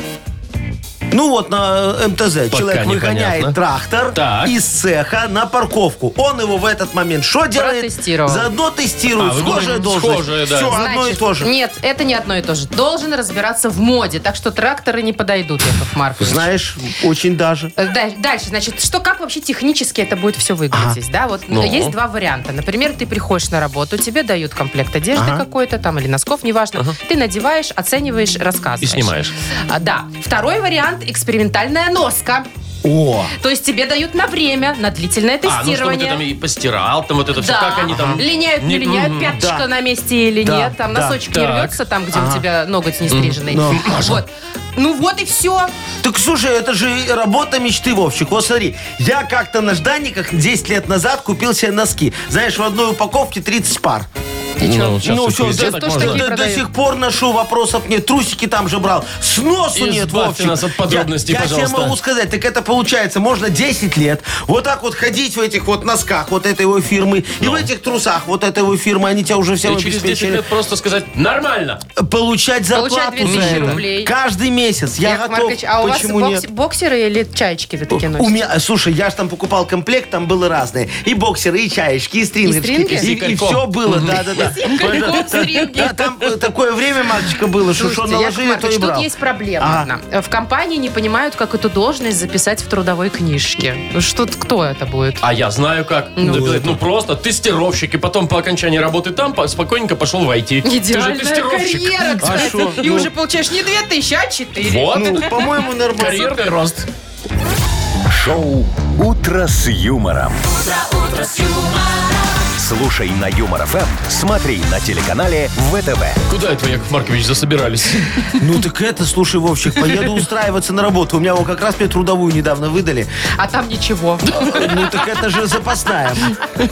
[SPEAKER 4] Ну вот на э, МТЗ
[SPEAKER 2] Пока
[SPEAKER 4] человек выгоняет
[SPEAKER 2] непонятно.
[SPEAKER 4] трактор
[SPEAKER 2] Так.
[SPEAKER 4] из цеха на парковку. Он его в этот момент что делает?
[SPEAKER 3] Протестировал.
[SPEAKER 4] Заодно тестирует.
[SPEAKER 2] А, вы
[SPEAKER 4] схожая
[SPEAKER 2] думаете,
[SPEAKER 4] должность.
[SPEAKER 2] схожая, да.
[SPEAKER 4] Все, одно и
[SPEAKER 3] Значит,
[SPEAKER 4] то же.
[SPEAKER 3] Нет, это не одно и то же. Должен разбираться в моде, так что тракторы не подойдут, Яков Маркович.
[SPEAKER 4] Знаешь, очень даже.
[SPEAKER 3] Э, да- Дальше, значит, что как вообще технически это будет все выглядеть, да? Вот
[SPEAKER 2] Ну.
[SPEAKER 3] есть два варианта. Например, ты приходишь на работу, тебе дают комплект одежды какой-то там или носков, неважно. Ты надеваешь, оцениваешь, рассказываешь.
[SPEAKER 2] И снимаешь.
[SPEAKER 3] А, да. Второй вариант экспериментальная носка.
[SPEAKER 4] О,
[SPEAKER 3] То есть тебе дают на время, на длительное
[SPEAKER 2] А, ну чтобы ты
[SPEAKER 3] тестирование.
[SPEAKER 2] там и постирал, там вот это все, как они там...
[SPEAKER 3] линяют, не
[SPEAKER 2] Не-
[SPEAKER 3] линяют,
[SPEAKER 2] Мгм.
[SPEAKER 3] пяточка
[SPEAKER 4] Да.
[SPEAKER 3] на месте или
[SPEAKER 4] Да,
[SPEAKER 3] нет, там
[SPEAKER 4] да.
[SPEAKER 3] носочки
[SPEAKER 2] Так.
[SPEAKER 3] рвется, там, где у тебя ноготь не стриженный.
[SPEAKER 4] Ну,
[SPEAKER 3] вот. Ну вот и все.
[SPEAKER 4] так слушай, это же работа мечты, Вовчик. Вот смотри, я как-то на Жданниках 10 лет назад купил себе носки. Знаешь, в одной упаковке 30 пар.
[SPEAKER 2] Ну, сейчас
[SPEAKER 4] ну
[SPEAKER 2] их
[SPEAKER 4] все,
[SPEAKER 2] везде
[SPEAKER 4] да,
[SPEAKER 2] так
[SPEAKER 3] тоже
[SPEAKER 2] можно.
[SPEAKER 3] такие
[SPEAKER 4] до,
[SPEAKER 3] продают.
[SPEAKER 4] сих пор ношу вопросов нет. Трусики там же брал. Сносу нет,
[SPEAKER 2] Избавьте
[SPEAKER 4] Вовчик.
[SPEAKER 2] нас от подробностей,
[SPEAKER 4] я, я тебе
[SPEAKER 2] пожалуйста.
[SPEAKER 4] могу сказать, так это получается, можно 10 лет вот так вот ходить в этих вот носках вот этой его фирмы и в этих трусах вот этой его фирмы, они тебя уже все
[SPEAKER 2] Ну. И через 10
[SPEAKER 4] обеспечили.
[SPEAKER 2] лет просто сказать «нормально».
[SPEAKER 4] Получать зарплату
[SPEAKER 3] Получать 2000
[SPEAKER 4] за это.
[SPEAKER 3] рублей.
[SPEAKER 4] Каждый месяц. Я
[SPEAKER 3] Яков
[SPEAKER 4] готов.
[SPEAKER 3] Маркович, а у вас
[SPEAKER 4] Почему
[SPEAKER 3] бокс-
[SPEAKER 4] нет?
[SPEAKER 3] боксеры или чаечки вы такие
[SPEAKER 4] У
[SPEAKER 3] носите?
[SPEAKER 4] меня, э, слушай, я же там покупал комплект, там было разные. И боксеры, и чаечки, и
[SPEAKER 3] стринги?
[SPEAKER 4] стрингерчики.
[SPEAKER 2] И
[SPEAKER 4] И,
[SPEAKER 2] кальком.
[SPEAKER 4] все было, да-да-да.
[SPEAKER 3] Кульком, сринги.
[SPEAKER 4] Да, там э, такое время, мальчика, было, что что
[SPEAKER 3] Слушайте, Яков
[SPEAKER 4] наложили,
[SPEAKER 3] Маркович,
[SPEAKER 4] то и брал. А.
[SPEAKER 3] тут есть проблема
[SPEAKER 4] Ага.
[SPEAKER 3] одна. В компании не понимают, как эту должность записать в трудовой книжке. Ну, Что, кто это будет?
[SPEAKER 2] А я знаю как.
[SPEAKER 3] Ну.
[SPEAKER 2] Да, говорит, Ну, просто тестировщик. И потом по окончании работы там по- спокойненько пошел в IT. Ты же
[SPEAKER 3] Идеальная
[SPEAKER 2] тестировщик.
[SPEAKER 3] карьера, кстати.
[SPEAKER 4] шо?
[SPEAKER 3] И
[SPEAKER 4] Ну.
[SPEAKER 3] уже получаешь не 2000, а 4.
[SPEAKER 2] Вот.
[SPEAKER 4] Ну, по-моему, нормально.
[SPEAKER 2] Карьерный рост.
[SPEAKER 1] Шоу «Утро с юмором». Слушай на Юмор ФМ, смотри на телеканале ВТВ.
[SPEAKER 2] Куда это вы, Яков Маркович, засобирались?
[SPEAKER 4] Ну так это, слушай, Вовчик, поеду устраиваться на работу. У меня его как раз мне трудовую недавно выдали.
[SPEAKER 3] А там ничего.
[SPEAKER 4] Ну так это же запасная. Ну,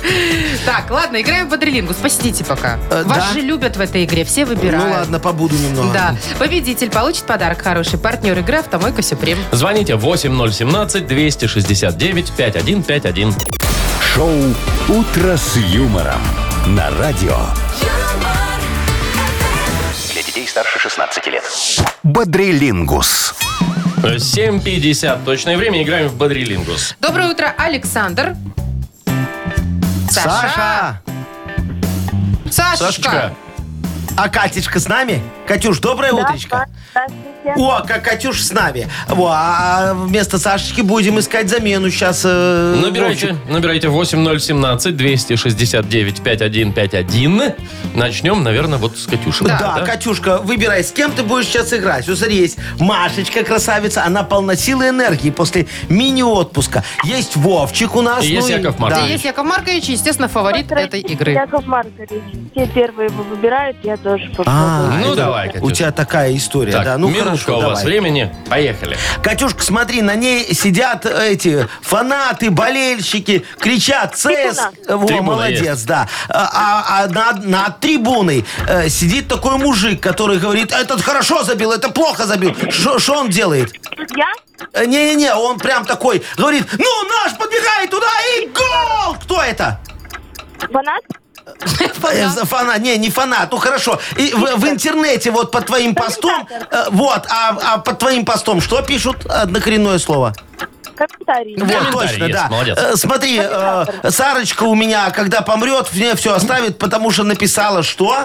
[SPEAKER 3] Так, ладно, играем в Бодрилингус. Посидите пока.
[SPEAKER 4] Э,
[SPEAKER 3] Вас
[SPEAKER 4] да.
[SPEAKER 3] же любят в этой игре, все
[SPEAKER 4] Ну
[SPEAKER 3] выбирают.
[SPEAKER 4] ладно, побуду немного.
[SPEAKER 3] Да. Победитель получит подарок хороший. Партнер игры «Автомойка Сюприм».
[SPEAKER 2] Звоните 8017-269-5151.
[SPEAKER 1] Шоу «Утро с юмором» на радио.
[SPEAKER 7] юмор,
[SPEAKER 5] Для детей старше 16 лет.
[SPEAKER 1] Бодрилингус.
[SPEAKER 2] 7.50. Точное время. Играем в Бодрилингус.
[SPEAKER 3] Доброе утро, Александр.
[SPEAKER 4] Саша!
[SPEAKER 3] Сашечка.
[SPEAKER 2] Сашечка.
[SPEAKER 4] А Катечка с нами? Катюш, доброе утречко. О, а как Катюш с нами. Во, а вместо Сашечки будем искать замену э, сейчас.
[SPEAKER 2] Набирайте, набирайте 8017-269-5151. Начнем, наверное, вот с Катюши.
[SPEAKER 4] Да, Катюшка, выбирай, с кем ты будешь сейчас играть. Вот смотри, есть Машечка, красавица, она полна силы и энергии после мини-отпуска. Есть Вовчик у нас.
[SPEAKER 2] И есть
[SPEAKER 4] ну
[SPEAKER 2] Яков
[SPEAKER 3] И
[SPEAKER 2] Маркович.
[SPEAKER 4] да.
[SPEAKER 3] есть Яков Маркович, естественно, фаворит
[SPEAKER 8] Ой,
[SPEAKER 3] этой
[SPEAKER 8] простите,
[SPEAKER 3] игры.
[SPEAKER 8] Яков Маркович. Все первые его выбирают, я тоже попробую.
[SPEAKER 4] А,
[SPEAKER 2] Ну,
[SPEAKER 4] это-
[SPEAKER 2] давай, Катюш.
[SPEAKER 4] У тебя такая история,
[SPEAKER 2] Так,
[SPEAKER 4] да. Ну,
[SPEAKER 2] минутка
[SPEAKER 4] хорошо,
[SPEAKER 2] у вас
[SPEAKER 4] давай.
[SPEAKER 2] времени. Поехали.
[SPEAKER 4] Катюшка, смотри, на ней сидят эти фанаты, болельщики, кричат ЦС. Во,
[SPEAKER 2] Трибуна
[SPEAKER 4] молодец,
[SPEAKER 2] есть.
[SPEAKER 4] да. А, а на- над, трибуной э, сидит такой мужик, который говорит, этот хорошо забил, это плохо забил. Что он делает?
[SPEAKER 8] Тут я?
[SPEAKER 4] Э, Не-не-не, он прям такой говорит, ну, наш подбегает туда и гол! Кто это?
[SPEAKER 8] Фанат?
[SPEAKER 4] Э, за Фанат. Не, не фанат. Ну, хорошо. И в, в интернете вот под твоим постом... э, вот, а, а под твоим постом что пишут? Однокоренное слово.
[SPEAKER 8] Комментарий.
[SPEAKER 4] Вот,
[SPEAKER 2] Комментарий
[SPEAKER 4] точно,
[SPEAKER 2] есть,
[SPEAKER 4] да.
[SPEAKER 2] молодец.
[SPEAKER 4] Э, Смотри, э, Сарочка у меня, когда помрет, мне все оставит, потому что написала, что...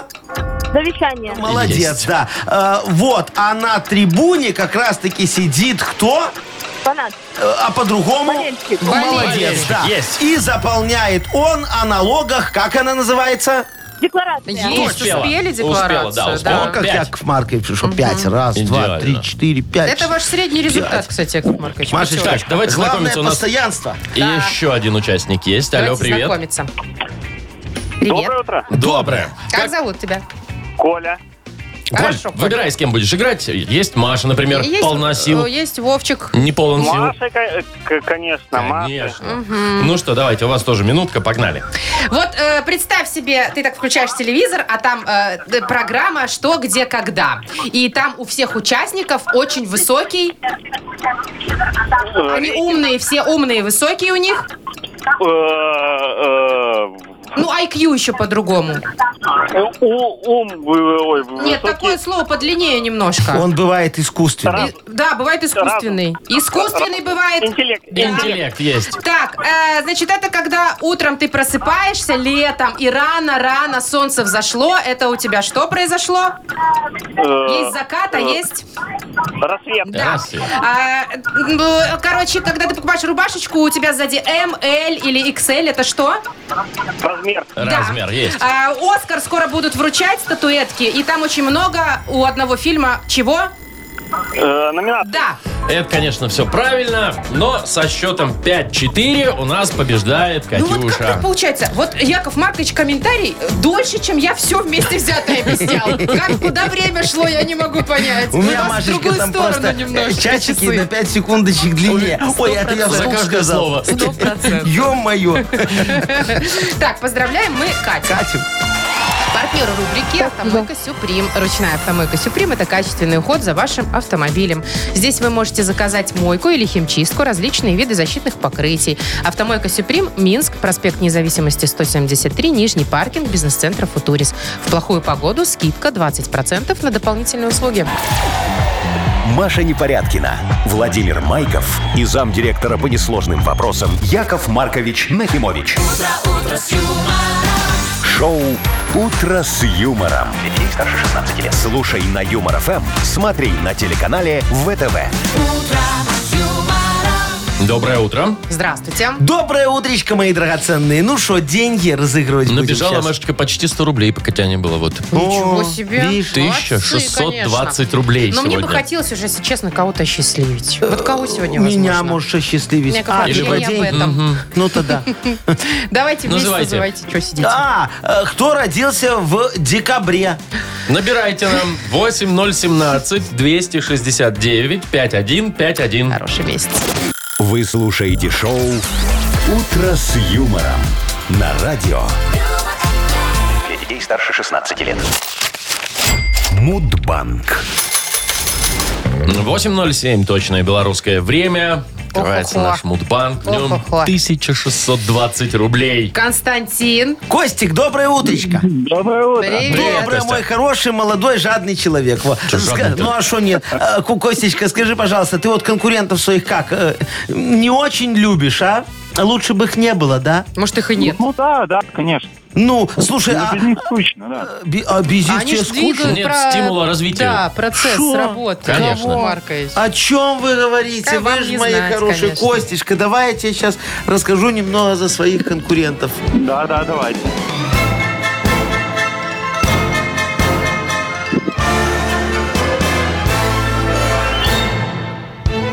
[SPEAKER 8] Завещание.
[SPEAKER 4] Молодец,
[SPEAKER 2] Есть.
[SPEAKER 4] да. Э, вот, а на трибуне как раз-таки сидит кто?
[SPEAKER 8] Фанат.
[SPEAKER 4] Э, А по-другому?
[SPEAKER 8] Болельщик.
[SPEAKER 4] Молодец,
[SPEAKER 2] Болельщик,
[SPEAKER 4] да.
[SPEAKER 2] есть.
[SPEAKER 4] И заполняет он о налогах, как она называется?
[SPEAKER 8] Декларация.
[SPEAKER 3] Есть,
[SPEAKER 2] Успела. Успела,
[SPEAKER 3] успели
[SPEAKER 2] да,
[SPEAKER 3] декларацию.
[SPEAKER 2] успела.
[SPEAKER 4] О, как
[SPEAKER 2] пять.
[SPEAKER 4] Яков Маркович, что пять, раз,
[SPEAKER 2] Идеально.
[SPEAKER 4] два, три, четыре, пять.
[SPEAKER 3] Это ваш средний результат,
[SPEAKER 4] Пять.
[SPEAKER 3] кстати, Яков Маркович.
[SPEAKER 4] Машечка,
[SPEAKER 2] Так, давайте
[SPEAKER 4] главное
[SPEAKER 2] знакомиться, у нас-
[SPEAKER 4] постоянство.
[SPEAKER 2] И
[SPEAKER 3] Да.
[SPEAKER 2] еще один участник есть.
[SPEAKER 3] Давайте
[SPEAKER 2] Алло, привет.
[SPEAKER 3] знакомиться. Привет.
[SPEAKER 6] утро.
[SPEAKER 2] Доброе.
[SPEAKER 3] Как зовут тебя?
[SPEAKER 6] Коля.
[SPEAKER 2] Коль,
[SPEAKER 3] Хорошо, Коль.
[SPEAKER 2] выбирай, с кем будешь играть. Есть Маша, например,
[SPEAKER 3] Есть,
[SPEAKER 2] полна сил.
[SPEAKER 3] э, Есть Вовчик.
[SPEAKER 2] Не полон сил.
[SPEAKER 6] Маша, э, конечно,
[SPEAKER 2] Конечно. Ну что, давайте, у вас тоже минутка, погнали.
[SPEAKER 3] Вот э, представь себе, ты так включаешь телевизор, а там э, д- программа «Что, где, когда». И там у всех участников очень высокий, они умные, все умные, высокие у них. Ну, IQ еще по-другому.
[SPEAKER 6] Э, Ум,
[SPEAKER 3] Нет, такое слово подлиннее немножко.
[SPEAKER 4] Он бывает искусственный.
[SPEAKER 3] И- да, бывает искусственный. Искусственный бывает.
[SPEAKER 6] интеллект.
[SPEAKER 2] Интеллект есть.
[SPEAKER 3] Так, э, значит, это когда утром ты просыпаешься летом, и рано-рано солнце взошло. Это у тебя что произошло? Есть закат, а есть...
[SPEAKER 6] Рассвет.
[SPEAKER 3] Да.
[SPEAKER 2] Рассвет.
[SPEAKER 3] А, ну, короче, когда ты покупаешь рубашечку, у тебя сзади М, Л или XL, это что?
[SPEAKER 6] Размер.
[SPEAKER 2] Размер
[SPEAKER 3] да.
[SPEAKER 2] есть.
[SPEAKER 3] А, Оскар скоро будут вручать статуэтки, и там очень много у одного фильма чего?
[SPEAKER 6] Номинация.
[SPEAKER 3] Да.
[SPEAKER 2] Это, конечно, все правильно, но со счетом 5-4 у нас побеждает
[SPEAKER 3] Ну вот как
[SPEAKER 2] Катюша.
[SPEAKER 4] а.
[SPEAKER 3] так получается? Вот Яков Маркович комментарий э, дольше, чем я все вместе взятое объяснял. Как, куда время шло, я не могу понять.
[SPEAKER 4] У меня,
[SPEAKER 3] нас в
[SPEAKER 4] Машечка,
[SPEAKER 3] другую
[SPEAKER 4] там
[SPEAKER 3] сторону
[SPEAKER 4] просто
[SPEAKER 3] немножко,
[SPEAKER 4] часики
[SPEAKER 3] часы.
[SPEAKER 4] на 5 секундочек длиннее. Ой, это я
[SPEAKER 2] За
[SPEAKER 4] вслух
[SPEAKER 2] каждое
[SPEAKER 4] сказал.
[SPEAKER 2] слово.
[SPEAKER 4] Ё-моё.
[SPEAKER 3] Так, поздравляем мы Катю.
[SPEAKER 4] Катя,
[SPEAKER 3] Партнер рубрики «Автомойка Сюприм». Ручная «Автомойка Сюприм» — это качественный уход за вашим автомобилем. Здесь вы можете заказать мойку или химчистку, различные виды защитных покрытий. «Автомойка Сюприм», Минск, проспект Независимости, 173, Нижний паркинг, бизнес-центр «Футурис». В плохую погоду скидка 20% на дополнительные услуги.
[SPEAKER 1] Маша Непорядкина, Владимир Майков и замдиректора по несложным вопросам Яков Маркович Нахимович. Шоу Утро с юмором. Детей старше 16 лет. Слушай на юмор ФМ, смотри на телеканале ВТВ.
[SPEAKER 2] Доброе утро.
[SPEAKER 3] Здравствуйте.
[SPEAKER 4] Доброе утречко, мои драгоценные. Ну что, деньги разыгрывать будем
[SPEAKER 2] Набежала
[SPEAKER 4] щас?
[SPEAKER 2] Машечка почти 100 рублей, пока тебя не было. Вот.
[SPEAKER 3] Ничего
[SPEAKER 4] О,
[SPEAKER 3] себе.
[SPEAKER 4] видишь,
[SPEAKER 3] Молодцы,
[SPEAKER 2] 1620
[SPEAKER 3] конечно.
[SPEAKER 2] рублей
[SPEAKER 3] Но мне бы
[SPEAKER 2] сегодня.
[SPEAKER 3] хотелось уже, если честно, кого-то осчастливить. Вот кого сегодня
[SPEAKER 4] Меня
[SPEAKER 3] возможно?
[SPEAKER 4] можешь осчастливить. А,
[SPEAKER 3] Яков Маркович,
[SPEAKER 4] либо
[SPEAKER 3] я не об
[SPEAKER 4] деньги.
[SPEAKER 3] этом.
[SPEAKER 4] Ну тогда.
[SPEAKER 3] Давайте вместе
[SPEAKER 2] Называйте.
[SPEAKER 3] называйте, что сидите.
[SPEAKER 4] А, э, кто родился в декабре?
[SPEAKER 2] Набирайте нам 8017 269 5151.
[SPEAKER 3] Хороший месяц.
[SPEAKER 1] Вы слушаете шоу Утро с юмором на радио
[SPEAKER 5] Для детей старше 16 лет.
[SPEAKER 1] Мудбанк.
[SPEAKER 2] 8.07 точное белорусское время. Открывается
[SPEAKER 3] Ох-ох-ох.
[SPEAKER 2] наш мудбанк. В нем
[SPEAKER 3] Ох-ох-ох.
[SPEAKER 2] 1620 рублей.
[SPEAKER 3] Константин,
[SPEAKER 4] Костик, доброе утречко.
[SPEAKER 3] привет.
[SPEAKER 4] Доброе,
[SPEAKER 2] Костя.
[SPEAKER 4] мой хороший, молодой, жадный человек. Во.
[SPEAKER 2] Чё
[SPEAKER 4] Ска-
[SPEAKER 2] жадный-то?
[SPEAKER 4] Ну а что нет? Э, Ку- Костечка, скажи, пожалуйста, ты вот конкурентов своих как? э, Не очень любишь, а? Лучше бы их не было, да?
[SPEAKER 3] Может, их и нет.
[SPEAKER 7] Ну да, да, конечно.
[SPEAKER 4] Ну, слушай, а,
[SPEAKER 7] Это без них скучно, да.
[SPEAKER 4] э, би- а без них
[SPEAKER 3] Они
[SPEAKER 4] тебе
[SPEAKER 3] ж
[SPEAKER 4] скучно?
[SPEAKER 3] двигают
[SPEAKER 2] Нет стимула развитию.
[SPEAKER 3] Да, процесс
[SPEAKER 4] Шо?
[SPEAKER 3] работы.
[SPEAKER 2] Конечно.
[SPEAKER 3] Кого, Маркович?
[SPEAKER 4] О чем вы говорите?
[SPEAKER 3] Как вам
[SPEAKER 4] вы же
[SPEAKER 3] не
[SPEAKER 4] мои
[SPEAKER 3] знать,
[SPEAKER 4] хорошие
[SPEAKER 3] конечно.
[SPEAKER 4] Костечка. Давай я тебе сейчас расскажу немного за своих конкурентов.
[SPEAKER 7] Да, да, давайте.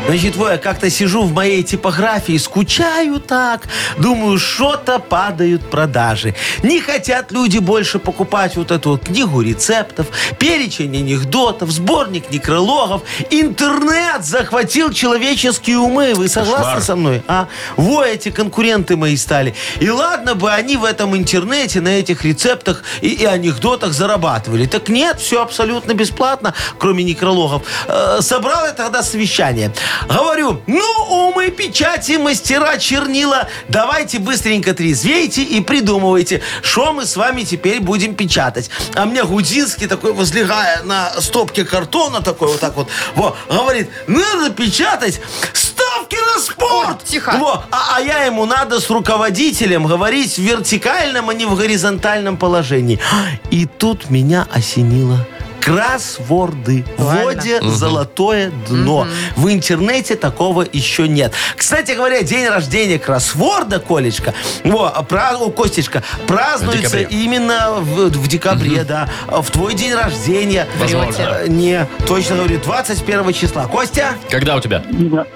[SPEAKER 4] Значит, во, я как-то сижу в моей типографии, скучаю так, думаю, что-то падают продажи. Не хотят люди больше покупать вот эту вот книгу рецептов, перечень анекдотов, сборник некрологов. Интернет захватил человеческие умы. Вы согласны
[SPEAKER 2] Кошмар.
[SPEAKER 4] со мной? А? Во, эти конкуренты мои стали. И ладно бы они в этом интернете, на этих рецептах и, и анекдотах зарабатывали. Так нет, все абсолютно бесплатно, кроме некрологов. Э, собрал я тогда совещание. Говорю, ну, умы, печати, мастера, чернила, давайте быстренько трезвейте и придумывайте, что мы с вами теперь будем печатать. А мне Гудинский такой, возлегая на стопке картона, такой вот так вот, во, говорит, надо печатать ставки на спорт.
[SPEAKER 3] Ой, тихо.
[SPEAKER 4] Во, а, а я ему надо с руководителем говорить в вертикальном, а не в горизонтальном положении. И тут меня осенило. Кроссворды. В
[SPEAKER 3] Правильно.
[SPEAKER 4] воде золотое дно. В интернете такого еще нет. Кстати говоря, день рождения кроссворда, Колечка, во, а пра- о, Костечка, празднуется
[SPEAKER 2] В декабре.
[SPEAKER 4] именно в, в декабре, да. А В твой день рождения.
[SPEAKER 2] Возможно.
[SPEAKER 4] Э, Не, точно говорю, 21 числа. Костя?
[SPEAKER 2] Когда у тебя?
[SPEAKER 7] 12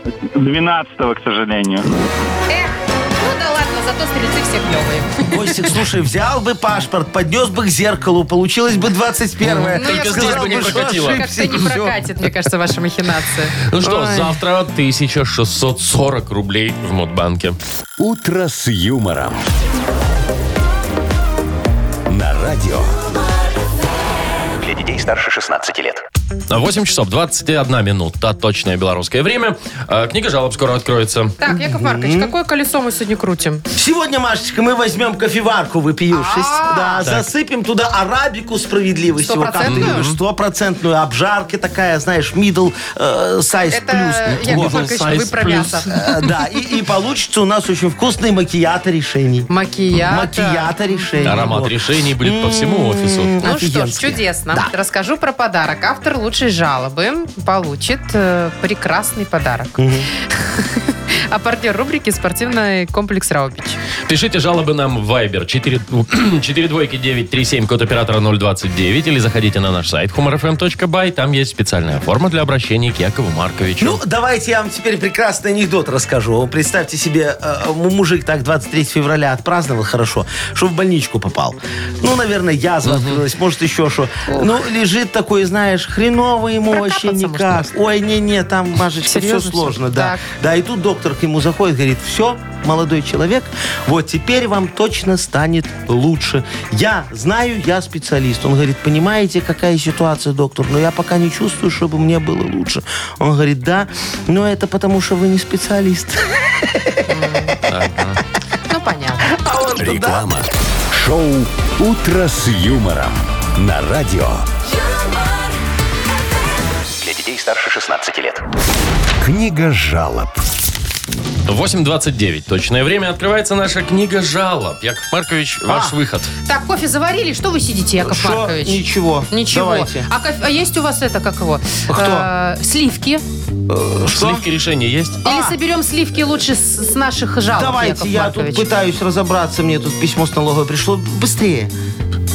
[SPEAKER 7] к сожалению.
[SPEAKER 3] Эх, ну да ладно, зато стрельцы все клевые.
[SPEAKER 4] Костик, слушай, взял бы паспорт, поднес бы к зеркалу, получилось бы 21-е.
[SPEAKER 3] Ну, Только я
[SPEAKER 2] здесь бы не
[SPEAKER 4] что
[SPEAKER 2] прокатило.
[SPEAKER 4] ошибся,
[SPEAKER 3] Как-то не
[SPEAKER 4] всё.
[SPEAKER 3] прокатит, мне кажется, ваша махинация.
[SPEAKER 2] Ну что,
[SPEAKER 3] Ой.
[SPEAKER 2] завтра 1640 рублей в Мудбанке.
[SPEAKER 1] «Утро с юмором». На радио.
[SPEAKER 5] Для детей старше 16 лет.
[SPEAKER 2] 8 часов 21 минута. Точное белорусское время. Э, Книга жалоб скоро откроется.
[SPEAKER 3] Так, Яков Маркович, какое колесо мы сегодня крутим?
[SPEAKER 4] Сегодня, Машечка, мы возьмем кофеварку выпившись. Да, засыпем туда арабику справедливости. вот как ты
[SPEAKER 3] Стопроцентную?
[SPEAKER 4] любишь, Стопроцентную. Обжарки такая, знаешь, middle э, size
[SPEAKER 3] Это,
[SPEAKER 4] plus.
[SPEAKER 3] Яков
[SPEAKER 4] Вот.
[SPEAKER 3] Маркович,
[SPEAKER 2] size
[SPEAKER 3] вы про
[SPEAKER 2] плюс.
[SPEAKER 3] мясо.
[SPEAKER 4] Э, Да, и, и получится у нас очень вкусный макията решений.
[SPEAKER 3] Макията.
[SPEAKER 4] Макията решений.
[SPEAKER 2] Аромат
[SPEAKER 4] Вот.
[SPEAKER 2] решений будет по всему офису.
[SPEAKER 3] Ну что ж,
[SPEAKER 4] Офигенски.
[SPEAKER 3] чудесно.
[SPEAKER 4] Да.
[SPEAKER 3] Расскажу про подарок. Автор лучшей жалобы получит э, прекрасный подарок. А партнер рубрики «Спортивный комплекс Раубич».
[SPEAKER 2] Пишите жалобы нам в Viber 4 двойки 937 код оператора 029 или заходите на наш сайт humorfm.by. Там есть специальная форма для обращения к Якову Марковичу.
[SPEAKER 4] Ну, давайте я вам теперь прекрасный анекдот расскажу. Представьте себе, э, м- мужик так 23 февраля отпраздновал хорошо, что в больничку попал. Ну, наверное, язва открылась, может, еще что. Ну, лежит такой, знаешь, хреново ему
[SPEAKER 3] Прокапаться
[SPEAKER 4] вообще никак. Ой, не-не, там, Машечка, все
[SPEAKER 3] Серьезно всё?
[SPEAKER 4] сложно, да.
[SPEAKER 3] Так.
[SPEAKER 4] Да, и тут доктор к нему заходит, говорит, все, молодой человек, вот теперь вам точно станет лучше. Я знаю, я специалист. Он говорит, понимаете, какая ситуация, доктор, но я пока не чувствую, чтобы мне было лучше. Он говорит, да, но это потому, что вы не специалист.
[SPEAKER 3] Ну, понятно.
[SPEAKER 4] А он туда.
[SPEAKER 1] Реклама. Шоу «Утро с юмором». На радио.
[SPEAKER 5] Для детей старше 16 лет.
[SPEAKER 1] Книга жалоб.
[SPEAKER 2] 8.29. Точное время. Открывается наша книга жалоб. Яков Маркович, ваш
[SPEAKER 4] А.
[SPEAKER 2] выход.
[SPEAKER 3] Так, кофе заварили? Что вы сидите, Яков
[SPEAKER 4] Шо?
[SPEAKER 3] Маркович?
[SPEAKER 4] Ничего.
[SPEAKER 3] Ничего.
[SPEAKER 4] Давайте.
[SPEAKER 3] А, кофе- а есть у вас это, как его?
[SPEAKER 4] Кто? А.
[SPEAKER 3] Э, сливки.
[SPEAKER 2] Сливки решения есть?
[SPEAKER 3] Или соберем сливки лучше с, с наших жалоб, А, Яков
[SPEAKER 4] Давайте, я
[SPEAKER 3] Маркович?
[SPEAKER 4] тут пытаюсь разобраться, мне тут письмо с налоговой пришло. Быстрее.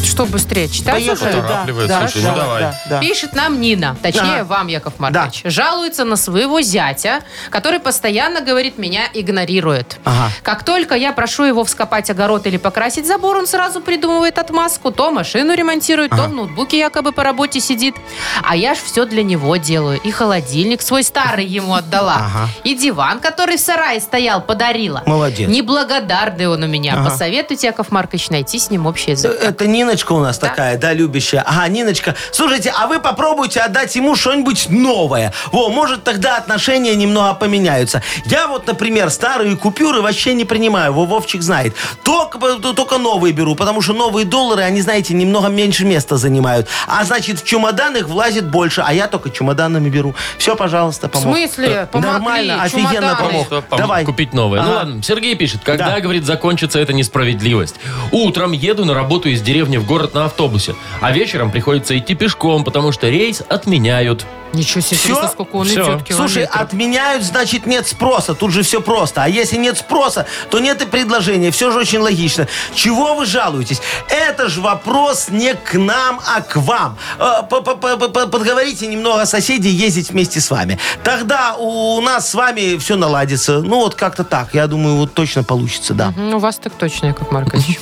[SPEAKER 3] Что быстрее, читать
[SPEAKER 4] Поехали.
[SPEAKER 3] уже?
[SPEAKER 4] Да,
[SPEAKER 2] Поторапливает,
[SPEAKER 4] да,
[SPEAKER 2] слушай, ну
[SPEAKER 4] да,
[SPEAKER 2] давай.
[SPEAKER 4] да, да.
[SPEAKER 3] Пишет нам Нина, точнее
[SPEAKER 4] Ага.
[SPEAKER 3] вам, Яков Маркович. Жалуется на своего зятя, который постоянно, говорит, меня игнорирует.
[SPEAKER 4] Ага.
[SPEAKER 3] Как только я прошу его вскопать огород или покрасить забор, он сразу придумывает отмазку. То машину ремонтирует, то в ноутбуке якобы по работе сидит. А я ж все для него делаю. И холодильник свой старый ему отдала.
[SPEAKER 4] Ага.
[SPEAKER 3] И диван, который в сарае стоял, подарила.
[SPEAKER 4] Молодец.
[SPEAKER 3] Неблагодарный он у меня.
[SPEAKER 4] Ага.
[SPEAKER 3] Посоветуйте, Яков Маркович, найти с ним общий
[SPEAKER 4] Э,
[SPEAKER 3] язык.
[SPEAKER 4] Это Ниночка у нас такая, да, любящая. Ага, Ниночка. Слушайте, а вы попробуйте отдать ему что-нибудь новое. Во, может, тогда отношения немного поменяются. Я вот, например, старые купюры вообще не принимаю. Во, Вовчик знает. Только, э, только новые беру, потому что новые доллары, они, знаете, немного меньше места занимают. А значит, в чемодан их влазит больше, а я только чемоданами беру. Все, пожалуйста,
[SPEAKER 3] В
[SPEAKER 4] помог. Э,
[SPEAKER 3] смысле? Помогли,
[SPEAKER 4] Нормально, офигенно
[SPEAKER 3] чемоданы.
[SPEAKER 4] помог.
[SPEAKER 2] Что, пом-
[SPEAKER 4] Давай.
[SPEAKER 2] Купить новое. Ну
[SPEAKER 4] Ага.
[SPEAKER 2] ладно, Сергей пишет, когда,
[SPEAKER 4] Да.
[SPEAKER 2] говорит, закончится эта несправедливость. Утром еду на работу из деревни в город на автобусе, а вечером приходится идти пешком, потому что рейс отменяют.
[SPEAKER 3] Ничего себе,
[SPEAKER 4] Всё?
[SPEAKER 3] интересно, сколько он
[SPEAKER 2] Всё.
[SPEAKER 3] идет километров.
[SPEAKER 4] Слушай, а отменяют, значит, нет спроса. Тут же все просто. А если нет спроса, то нет и предложения. Все же очень логично. Чего вы жалуетесь? Это же вопрос не к нам, а к вам. Э, по- по- по- по- Подговорите немного соседей ездить вместе с вами. Тогда у нас с вами все наладится. Ну, вот как-то так. Я думаю, вот точно получится, да.
[SPEAKER 3] Ну, у вас так точно, Яков Маркович.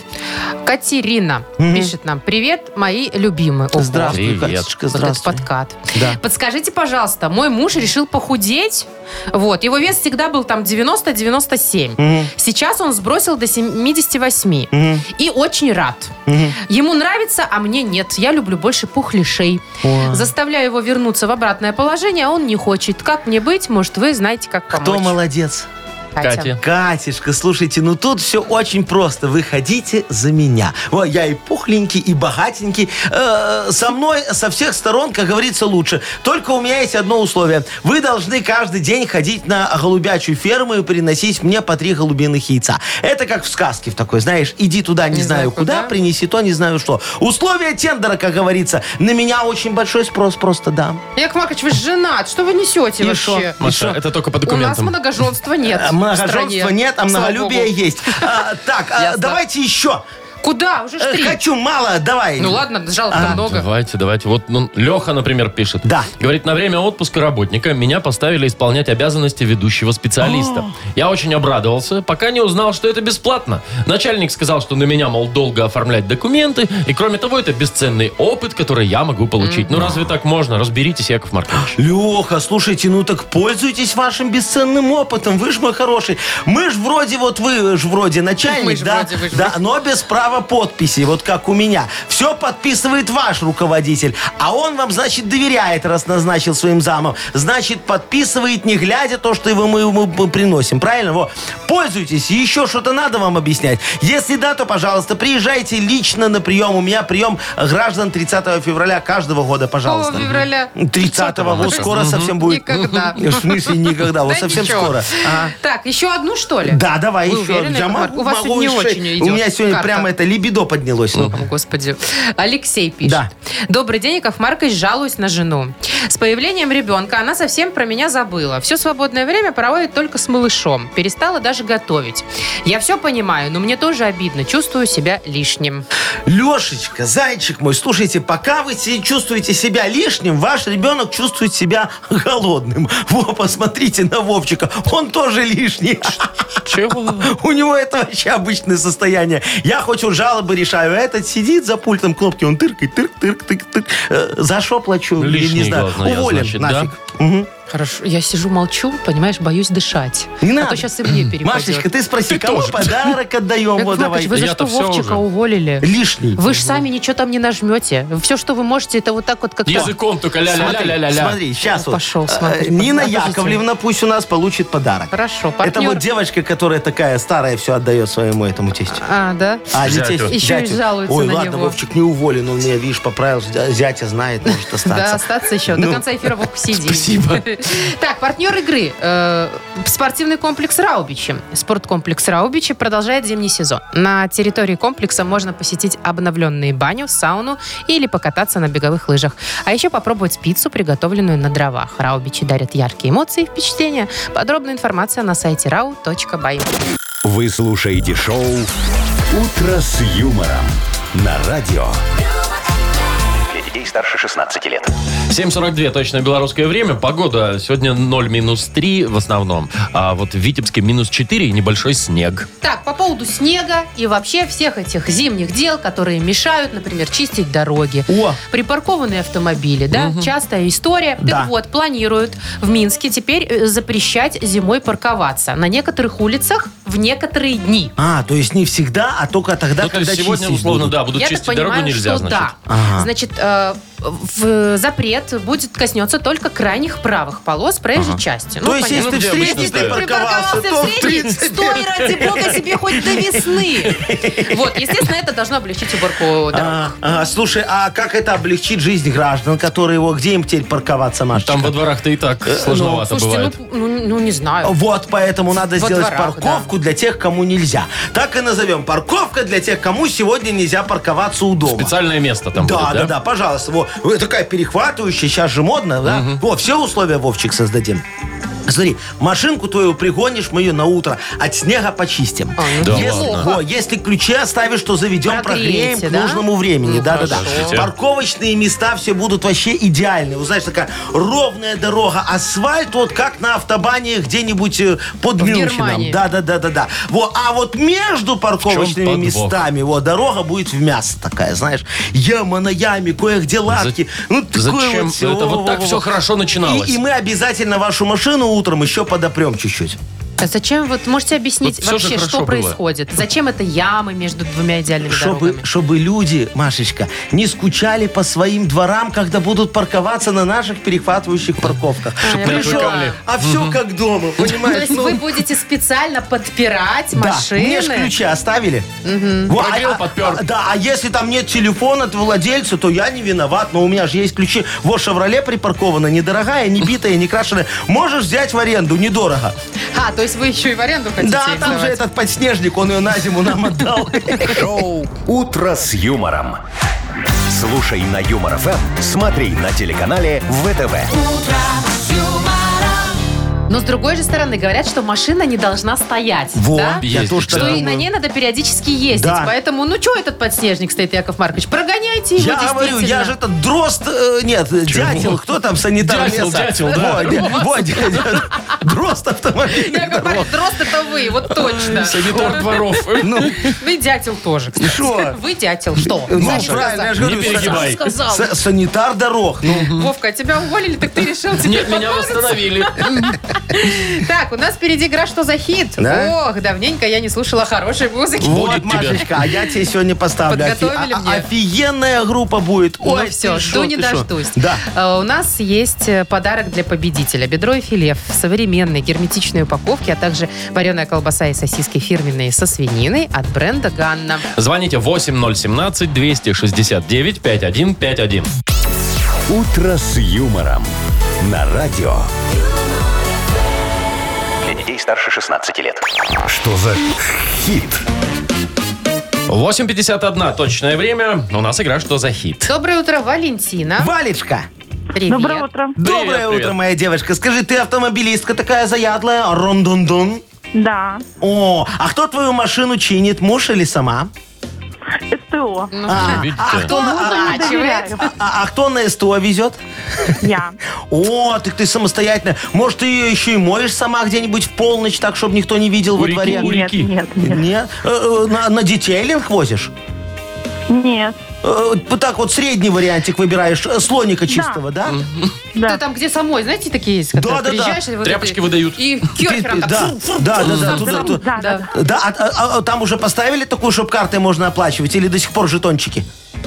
[SPEAKER 3] Катерина пишет, пишет нам. Привет, мои любимые. Ого.
[SPEAKER 4] Здравствуй,
[SPEAKER 2] Привет.
[SPEAKER 4] Катюшка,
[SPEAKER 3] Вот этот
[SPEAKER 4] здравствуй.
[SPEAKER 3] подкат.
[SPEAKER 4] Да.
[SPEAKER 3] Подскажите, пожалуйста, мой муж решил похудеть. Вот, его вес всегда был там 90-97. Сейчас он сбросил до 78. И очень рад. Ему нравится, а мне нет. Я люблю больше пухлишей. Заставляю его вернуться в обратное положение, а он не хочет. Как мне быть? Может, вы знаете, как помочь?
[SPEAKER 4] Кто молодец?
[SPEAKER 2] Катя.
[SPEAKER 4] Катюшка, слушайте, ну тут все очень просто. Выходите за меня. О, я и пухленький, и богатенький. Э, со мной со всех сторон, как говорится, лучше. Только у меня есть одно условие. Вы должны каждый день ходить на голубячую ферму и приносить мне по три голубиных яйца. Это как в сказке в такой, знаешь, иди туда, не, знаю куда, принеси то, не знаю что. Условия тендера, как говорится. На меня очень большой спрос просто, да.
[SPEAKER 3] Яков Маркович, вы же женат. Что вы несете
[SPEAKER 4] И
[SPEAKER 3] вообще?
[SPEAKER 4] шо?
[SPEAKER 2] Маша, это только по
[SPEAKER 3] У нас
[SPEAKER 2] документам.
[SPEAKER 3] многоженства нет. в
[SPEAKER 4] А, Многоженства
[SPEAKER 3] стране.
[SPEAKER 4] нет, а
[SPEAKER 3] Слава
[SPEAKER 4] многолюбие
[SPEAKER 3] богу.
[SPEAKER 4] есть. А, Так, а,
[SPEAKER 3] Ясно.
[SPEAKER 4] давайте еще.
[SPEAKER 3] Куда? Уже ж
[SPEAKER 4] Э,
[SPEAKER 3] три.
[SPEAKER 4] Хочу А, мало, давай.
[SPEAKER 3] Ну ладно, жалко много.
[SPEAKER 2] Давайте, давайте. Вот ну, Леха, например, пишет.
[SPEAKER 4] Да.
[SPEAKER 2] Говорит, на время отпуска работника меня поставили исполнять обязанности ведущего специалиста.
[SPEAKER 4] А.
[SPEAKER 2] Я очень обрадовался, пока не узнал, что это бесплатно. Начальник сказал, что на меня, мол, долго оформлять документы, и кроме того, это бесценный опыт, который я могу получить. Ну разве так можно? Разберитесь, Яков Маркович.
[SPEAKER 4] Леха, слушайте, ну так пользуйтесь вашим бесценным опытом. Вы ж мой хороший. Мы ж вроде, вот вы ж вроде начальник,
[SPEAKER 3] Мы ж
[SPEAKER 4] да,
[SPEAKER 3] вроде, вы ж
[SPEAKER 4] да, но без права подписи, вот как у меня. Все подписывает ваш руководитель. А он вам, значит, доверяет, раз назначил своим замом. Значит, подписывает, не глядя то, что его мы ему приносим. Правильно? Во. Пользуйтесь. Еще что-то надо вам объяснять. Если да, то, пожалуйста, приезжайте лично на прием. У меня прием граждан 30 февраля каждого года, пожалуйста.
[SPEAKER 3] 2 февраля.
[SPEAKER 4] 30-го. Ну, Вот скоро совсем будет.
[SPEAKER 3] Никогда.
[SPEAKER 4] В смысле никогда? Вот
[SPEAKER 3] Да
[SPEAKER 4] совсем
[SPEAKER 3] ничего.
[SPEAKER 4] скоро. А?
[SPEAKER 3] Так, еще одну, что ли?
[SPEAKER 4] Да, давай
[SPEAKER 3] Вы
[SPEAKER 4] еще.
[SPEAKER 3] уверены,
[SPEAKER 4] Я
[SPEAKER 3] Яков
[SPEAKER 4] могу-
[SPEAKER 3] Маркович? У вас
[SPEAKER 4] могу
[SPEAKER 3] сегодня не
[SPEAKER 4] еще.
[SPEAKER 3] очень
[SPEAKER 4] У
[SPEAKER 3] идет
[SPEAKER 4] меня сегодня
[SPEAKER 3] карта.
[SPEAKER 4] прямо это либидо поднялось. Ну,
[SPEAKER 3] О, Господи. Алексей пишет.
[SPEAKER 4] Да.
[SPEAKER 3] Добрый день, Яков Маркович, жалуюсь на жену. С появлением ребенка она совсем про меня забыла. Все свободное время проводит только с малышом. Перестала даже готовить. Я все понимаю, но мне тоже обидно. Чувствую себя лишним.
[SPEAKER 4] Лешечка, зайчик мой, слушайте, пока вы се- чувствуете себя лишним, ваш ребенок чувствует себя голодным. Во, посмотрите на Вовчика, он тоже лишний.
[SPEAKER 2] Чего?
[SPEAKER 4] У него это вообще обычное состояние. Я хочу жалобы решаю, а этот сидит за пультом кнопки, он тыркает, тырк, тырк, тырк, тырк. Э, За что плачу? Я
[SPEAKER 2] Лишний,
[SPEAKER 4] не знаю.
[SPEAKER 2] главное, я,
[SPEAKER 4] Уволен,
[SPEAKER 2] значит, да?
[SPEAKER 4] нафиг.
[SPEAKER 3] Хорошо. Я сижу, молчу, понимаешь, боюсь дышать.
[SPEAKER 4] Не
[SPEAKER 3] А
[SPEAKER 4] надо.
[SPEAKER 3] то сейчас и мне перепадет.
[SPEAKER 4] Машечка, ты спроси, кому
[SPEAKER 2] тоже.
[SPEAKER 4] подарок отдаем?
[SPEAKER 3] Яков
[SPEAKER 4] Вот давай.
[SPEAKER 3] Маркович, вы за
[SPEAKER 2] Я-то
[SPEAKER 3] что
[SPEAKER 2] всё
[SPEAKER 3] Вовчика
[SPEAKER 2] уже.
[SPEAKER 3] уволили?
[SPEAKER 4] Лишний.
[SPEAKER 3] Вы же сами ничего там не нажмете. Все, что вы можете, это вот так вот как-то...
[SPEAKER 2] Языком только ля-ля-ля-ля-ля.
[SPEAKER 4] Смотри, сейчас вот.
[SPEAKER 3] Пошел, смотри,
[SPEAKER 4] Э, Нина
[SPEAKER 3] подождите.
[SPEAKER 4] Яковлевна пусть у нас получит подарок.
[SPEAKER 3] Хорошо,
[SPEAKER 4] Это
[SPEAKER 3] партнер.
[SPEAKER 4] вот девочка, которая такая старая, все отдает своему этому тестю.
[SPEAKER 3] А, да?
[SPEAKER 4] А, не
[SPEAKER 2] Зятю.
[SPEAKER 4] тесть,
[SPEAKER 3] Еще и
[SPEAKER 4] зятю.
[SPEAKER 3] жалуется
[SPEAKER 4] Ой,
[SPEAKER 3] на
[SPEAKER 4] ладно,
[SPEAKER 3] него.
[SPEAKER 4] Вовчик не уволен, он меня, видишь, поправился. Зя- Зятя знает, может
[SPEAKER 3] Да,
[SPEAKER 4] А, остаться.
[SPEAKER 3] остаться еще. До
[SPEAKER 4] Ну.
[SPEAKER 3] конца эфира Вовк сидит.
[SPEAKER 4] Спасибо.
[SPEAKER 3] Так, партнер игры. э, Спортивный комплекс Раубичи. Спорткомплекс Раубичи продолжает зимний сезон. На территории комплекса можно посетить обновленные баню, сауну или покататься на беговых лыжах. А еще попробовать пиццу, приготовленную на дровах. Раубичи дарят яркие эмоции и впечатления. Подробная информация на сайте rau.by.
[SPEAKER 1] Вы слушаете шоу «Утро с юмором» на радио.
[SPEAKER 5] Для детей старше 16 лет.
[SPEAKER 2] 7.42 точно белорусское время. Погода сегодня 0 минус 3 в основном. А вот в Витебске минус 4 и небольшой снег.
[SPEAKER 3] Так, по поводу снега и вообще всех этих зимних дел, которые мешают, например, чистить дороги.
[SPEAKER 4] О,
[SPEAKER 3] Припаркованные автомобили, да, частая история.
[SPEAKER 4] Да.
[SPEAKER 3] Так вот, планируют в Минске теперь э, запрещать зимой парковаться на некоторых улицах в некоторые дни.
[SPEAKER 4] а, то есть не всегда, а только тогда,
[SPEAKER 2] ну, то есть
[SPEAKER 4] когда
[SPEAKER 2] сегодня,
[SPEAKER 4] чистить
[SPEAKER 2] условно,
[SPEAKER 4] будут.
[SPEAKER 2] да, будут
[SPEAKER 3] Я так
[SPEAKER 2] чистить
[SPEAKER 3] понимаю,
[SPEAKER 2] дорогу нельзя,
[SPEAKER 3] что
[SPEAKER 2] значит.
[SPEAKER 3] да.
[SPEAKER 4] Ага.
[SPEAKER 3] Значит, э, в запрет будет коснется только крайних правых полос проезжей части.
[SPEAKER 4] То есть, если
[SPEAKER 2] понятно.
[SPEAKER 4] ты
[SPEAKER 2] Ну, где обычно
[SPEAKER 4] встретишь, ты
[SPEAKER 2] стоят?
[SPEAKER 4] парковался, то в
[SPEAKER 3] средний,
[SPEAKER 4] 30
[SPEAKER 3] стой, ради бога, себе хоть до весны. Вот, естественно, это должно облегчить уборку дорог.
[SPEAKER 4] А, а, слушай, а как это облегчит жизнь граждан, которые его, где им теперь парковаться, Машечка?
[SPEAKER 2] А Там во дворах-то и так
[SPEAKER 4] Э,
[SPEAKER 2] сложновато
[SPEAKER 3] Слушайте,
[SPEAKER 2] бывает.
[SPEAKER 3] ну, ну, ну, не знаю.
[SPEAKER 4] Вот, поэтому надо
[SPEAKER 3] Во
[SPEAKER 4] сделать
[SPEAKER 3] дворах,
[SPEAKER 4] парковку для тех, кому нельзя. Так и назовем. Парковка для тех, кому сегодня нельзя парковаться у дома.
[SPEAKER 2] Специальное место там
[SPEAKER 4] Да,
[SPEAKER 2] будет,
[SPEAKER 4] да, да, пожалуйста. Во, э, такая перехватывающая, сейчас же модно, да? Во, все условия, Вовчик, создадим. Смотри, машинку твою пригонишь, мы ее на утро от снега почистим.
[SPEAKER 3] ну
[SPEAKER 2] Да
[SPEAKER 4] если,
[SPEAKER 3] ладно.
[SPEAKER 4] о, если ключи оставишь, то заведем, прогреем
[SPEAKER 3] Прогреете,
[SPEAKER 4] к
[SPEAKER 3] да?
[SPEAKER 4] нужному времени.
[SPEAKER 3] Ну,
[SPEAKER 4] да, да, да.
[SPEAKER 3] хорошо.
[SPEAKER 4] Парковочные места все будут вообще идеальные. Вот знаешь, такая ровная дорога, асфальт, вот как на автобане где-нибудь э, под
[SPEAKER 3] В Германии.
[SPEAKER 4] Мюнхеном. Да, да, да, да, да. Во, а вот между парковочными
[SPEAKER 2] подвох?
[SPEAKER 4] местами, вот, дорога будет в мясо такая, знаешь, яма на яме, кое-где лавки. Ну, такое
[SPEAKER 2] Зачем
[SPEAKER 4] вот,
[SPEAKER 2] это? Вот так
[SPEAKER 4] во-во-во.
[SPEAKER 2] все хорошо начиналось.
[SPEAKER 4] И, и мы обязательно вашу машину утром еще подопрем чуть-чуть.
[SPEAKER 3] А зачем, вот можете объяснить
[SPEAKER 2] Вот всё же
[SPEAKER 3] вообще,
[SPEAKER 2] хорошо
[SPEAKER 3] что
[SPEAKER 2] было.
[SPEAKER 3] происходит? Зачем это ямы между двумя идеальными
[SPEAKER 4] Чтобы,
[SPEAKER 3] дорогами?
[SPEAKER 4] чтобы люди, Машечка, не скучали по своим дворам, когда будут парковаться на наших перехватывающих парковках.
[SPEAKER 3] Чтоб не
[SPEAKER 4] Пришел,
[SPEAKER 3] отвлекали.
[SPEAKER 4] а все как дома,
[SPEAKER 3] То
[SPEAKER 4] понимаешь?
[SPEAKER 3] есть вы будете специально подпирать
[SPEAKER 4] ну? Да, мне
[SPEAKER 3] машины?
[SPEAKER 4] ж ключи оставили. Во, а-
[SPEAKER 2] Прогрел,
[SPEAKER 4] а-
[SPEAKER 2] подпер.
[SPEAKER 4] а- да, а если там нет телефона от владельца, то я не виноват, но у меня же есть ключи. Вот «Шевроле» припаркована, недорогая, не битая, не крашеная. Можешь взять в аренду, недорого.
[SPEAKER 3] А, то есть вы еще и в аренду хотите
[SPEAKER 4] Да,
[SPEAKER 3] их
[SPEAKER 4] там же
[SPEAKER 3] сдавать?
[SPEAKER 4] этот подснежник, он ее на зиму нам отдал.
[SPEAKER 1] Шоу «Утро с юмором». Слушай на Юмор ФМ, смотри на телеканале ВТВ.
[SPEAKER 3] Но с другой же стороны, говорят, что машина не должна стоять.
[SPEAKER 4] Вот,
[SPEAKER 3] да?
[SPEAKER 4] я
[SPEAKER 2] Ездить,
[SPEAKER 4] тоже
[SPEAKER 2] да.
[SPEAKER 4] так
[SPEAKER 3] Что и
[SPEAKER 4] думаю.
[SPEAKER 3] на ней надо периодически ездить.
[SPEAKER 4] Да.
[SPEAKER 3] Поэтому, ну что этот подснежник стоит, Яков Маркович? Прогоняйте его
[SPEAKER 4] Я говорю,
[SPEAKER 3] действительно.
[SPEAKER 4] я же этот дрозд, э, нет, дятел, кто там санитар
[SPEAKER 2] Дятел,
[SPEAKER 4] леса?
[SPEAKER 2] дятел, да.
[SPEAKER 4] Во, де- во, дя- дя- Дрозд автомобильных
[SPEAKER 3] Яков
[SPEAKER 4] дорог.
[SPEAKER 3] Маркович, рост это вы, вот точно.
[SPEAKER 2] Санитар дворов.
[SPEAKER 4] Ну,
[SPEAKER 3] Вы и дятел тоже, кстати.
[SPEAKER 4] Шо?
[SPEAKER 3] Вы дятел, что?
[SPEAKER 4] ну,
[SPEAKER 3] Саша
[SPEAKER 4] правильно,
[SPEAKER 3] сказал.
[SPEAKER 4] я же говорю,
[SPEAKER 2] Не перегибай.
[SPEAKER 4] са-
[SPEAKER 3] Сказал.
[SPEAKER 4] са- санитар дорог. Ну,
[SPEAKER 3] Вовка, а тебя уволили, так ты решил теперь
[SPEAKER 2] Нет, меня
[SPEAKER 3] поправиться?
[SPEAKER 2] восстановили.
[SPEAKER 3] Так, у нас впереди игра «Что за хит?».
[SPEAKER 4] Да?
[SPEAKER 3] Ох, давненько я не слушала хорошей музыки.
[SPEAKER 4] Вот,
[SPEAKER 2] тебя.
[SPEAKER 4] Машечка, а я тебе сегодня поставлю. Офи-
[SPEAKER 3] Подготовили
[SPEAKER 4] а- а-
[SPEAKER 3] мне.
[SPEAKER 4] Офигенная группа будет.
[SPEAKER 3] Ну
[SPEAKER 4] Ой,
[SPEAKER 3] все,
[SPEAKER 4] ты
[SPEAKER 3] жду
[SPEAKER 4] шо,
[SPEAKER 3] не
[SPEAKER 4] ты шо.
[SPEAKER 3] дождусь.
[SPEAKER 4] Да.
[SPEAKER 3] Э, У нас есть э, подарок для победителя. Бедро и филе в современной герметичной упаковке, а также вареная колбаса и сосиски фирменные со свининой от бренда «Ганна».
[SPEAKER 2] Звоните 8017-269-5151.
[SPEAKER 1] «Утро с юмором» на радио.
[SPEAKER 5] Для детей старше 16 лет.
[SPEAKER 1] Что за хит?
[SPEAKER 2] 8.51 точное время. У нас игра «Что за хит?».
[SPEAKER 3] Доброе утро, Валентина.
[SPEAKER 4] Валечка,
[SPEAKER 3] Привет.
[SPEAKER 8] Доброе утро.
[SPEAKER 4] доброе
[SPEAKER 2] привет.
[SPEAKER 4] утро, моя девочка. Скажи, ты автомобилистка такая заядлая, рондондон?
[SPEAKER 8] Да.
[SPEAKER 4] О, а кто твою машину чинит, муж или сама?
[SPEAKER 8] СТО.
[SPEAKER 3] Ну,
[SPEAKER 4] А,
[SPEAKER 2] видите.
[SPEAKER 4] а кто на, а-
[SPEAKER 3] а, чего?
[SPEAKER 8] Доверяю.
[SPEAKER 4] а- а- а кто на СТО везет?
[SPEAKER 8] Я.
[SPEAKER 4] О, так ты самостоятельно. Может, ты ее еще и моешь сама где-нибудь в полночь, так, чтобы никто не видел во
[SPEAKER 2] Курики,
[SPEAKER 4] дворе?
[SPEAKER 2] курики.
[SPEAKER 8] Нет,
[SPEAKER 2] Мужики.
[SPEAKER 8] нет, нет.
[SPEAKER 4] Нет? Э, э, На, на детейлинг возишь?
[SPEAKER 8] Нет.
[SPEAKER 4] Э, Вот так вот средний вариантик выбираешь, э, слоника чистого, да?
[SPEAKER 3] Да
[SPEAKER 8] Да.
[SPEAKER 3] там, где самой, знаете, такие есть, которые
[SPEAKER 4] Да-да-да.
[SPEAKER 3] приезжаешь, и вот
[SPEAKER 2] Тряпочки
[SPEAKER 3] эти-
[SPEAKER 2] выдают.
[SPEAKER 3] И
[SPEAKER 4] Ты-
[SPEAKER 3] керхером так.
[SPEAKER 4] Да,
[SPEAKER 3] фу,
[SPEAKER 4] да, да, да,
[SPEAKER 2] фу,
[SPEAKER 4] туда,
[SPEAKER 8] Там,
[SPEAKER 4] туда.
[SPEAKER 8] да, да, да.
[SPEAKER 4] Да, а- а- а там уже поставили такую, чтобы картой можно оплачивать, или до сих пор жетончики?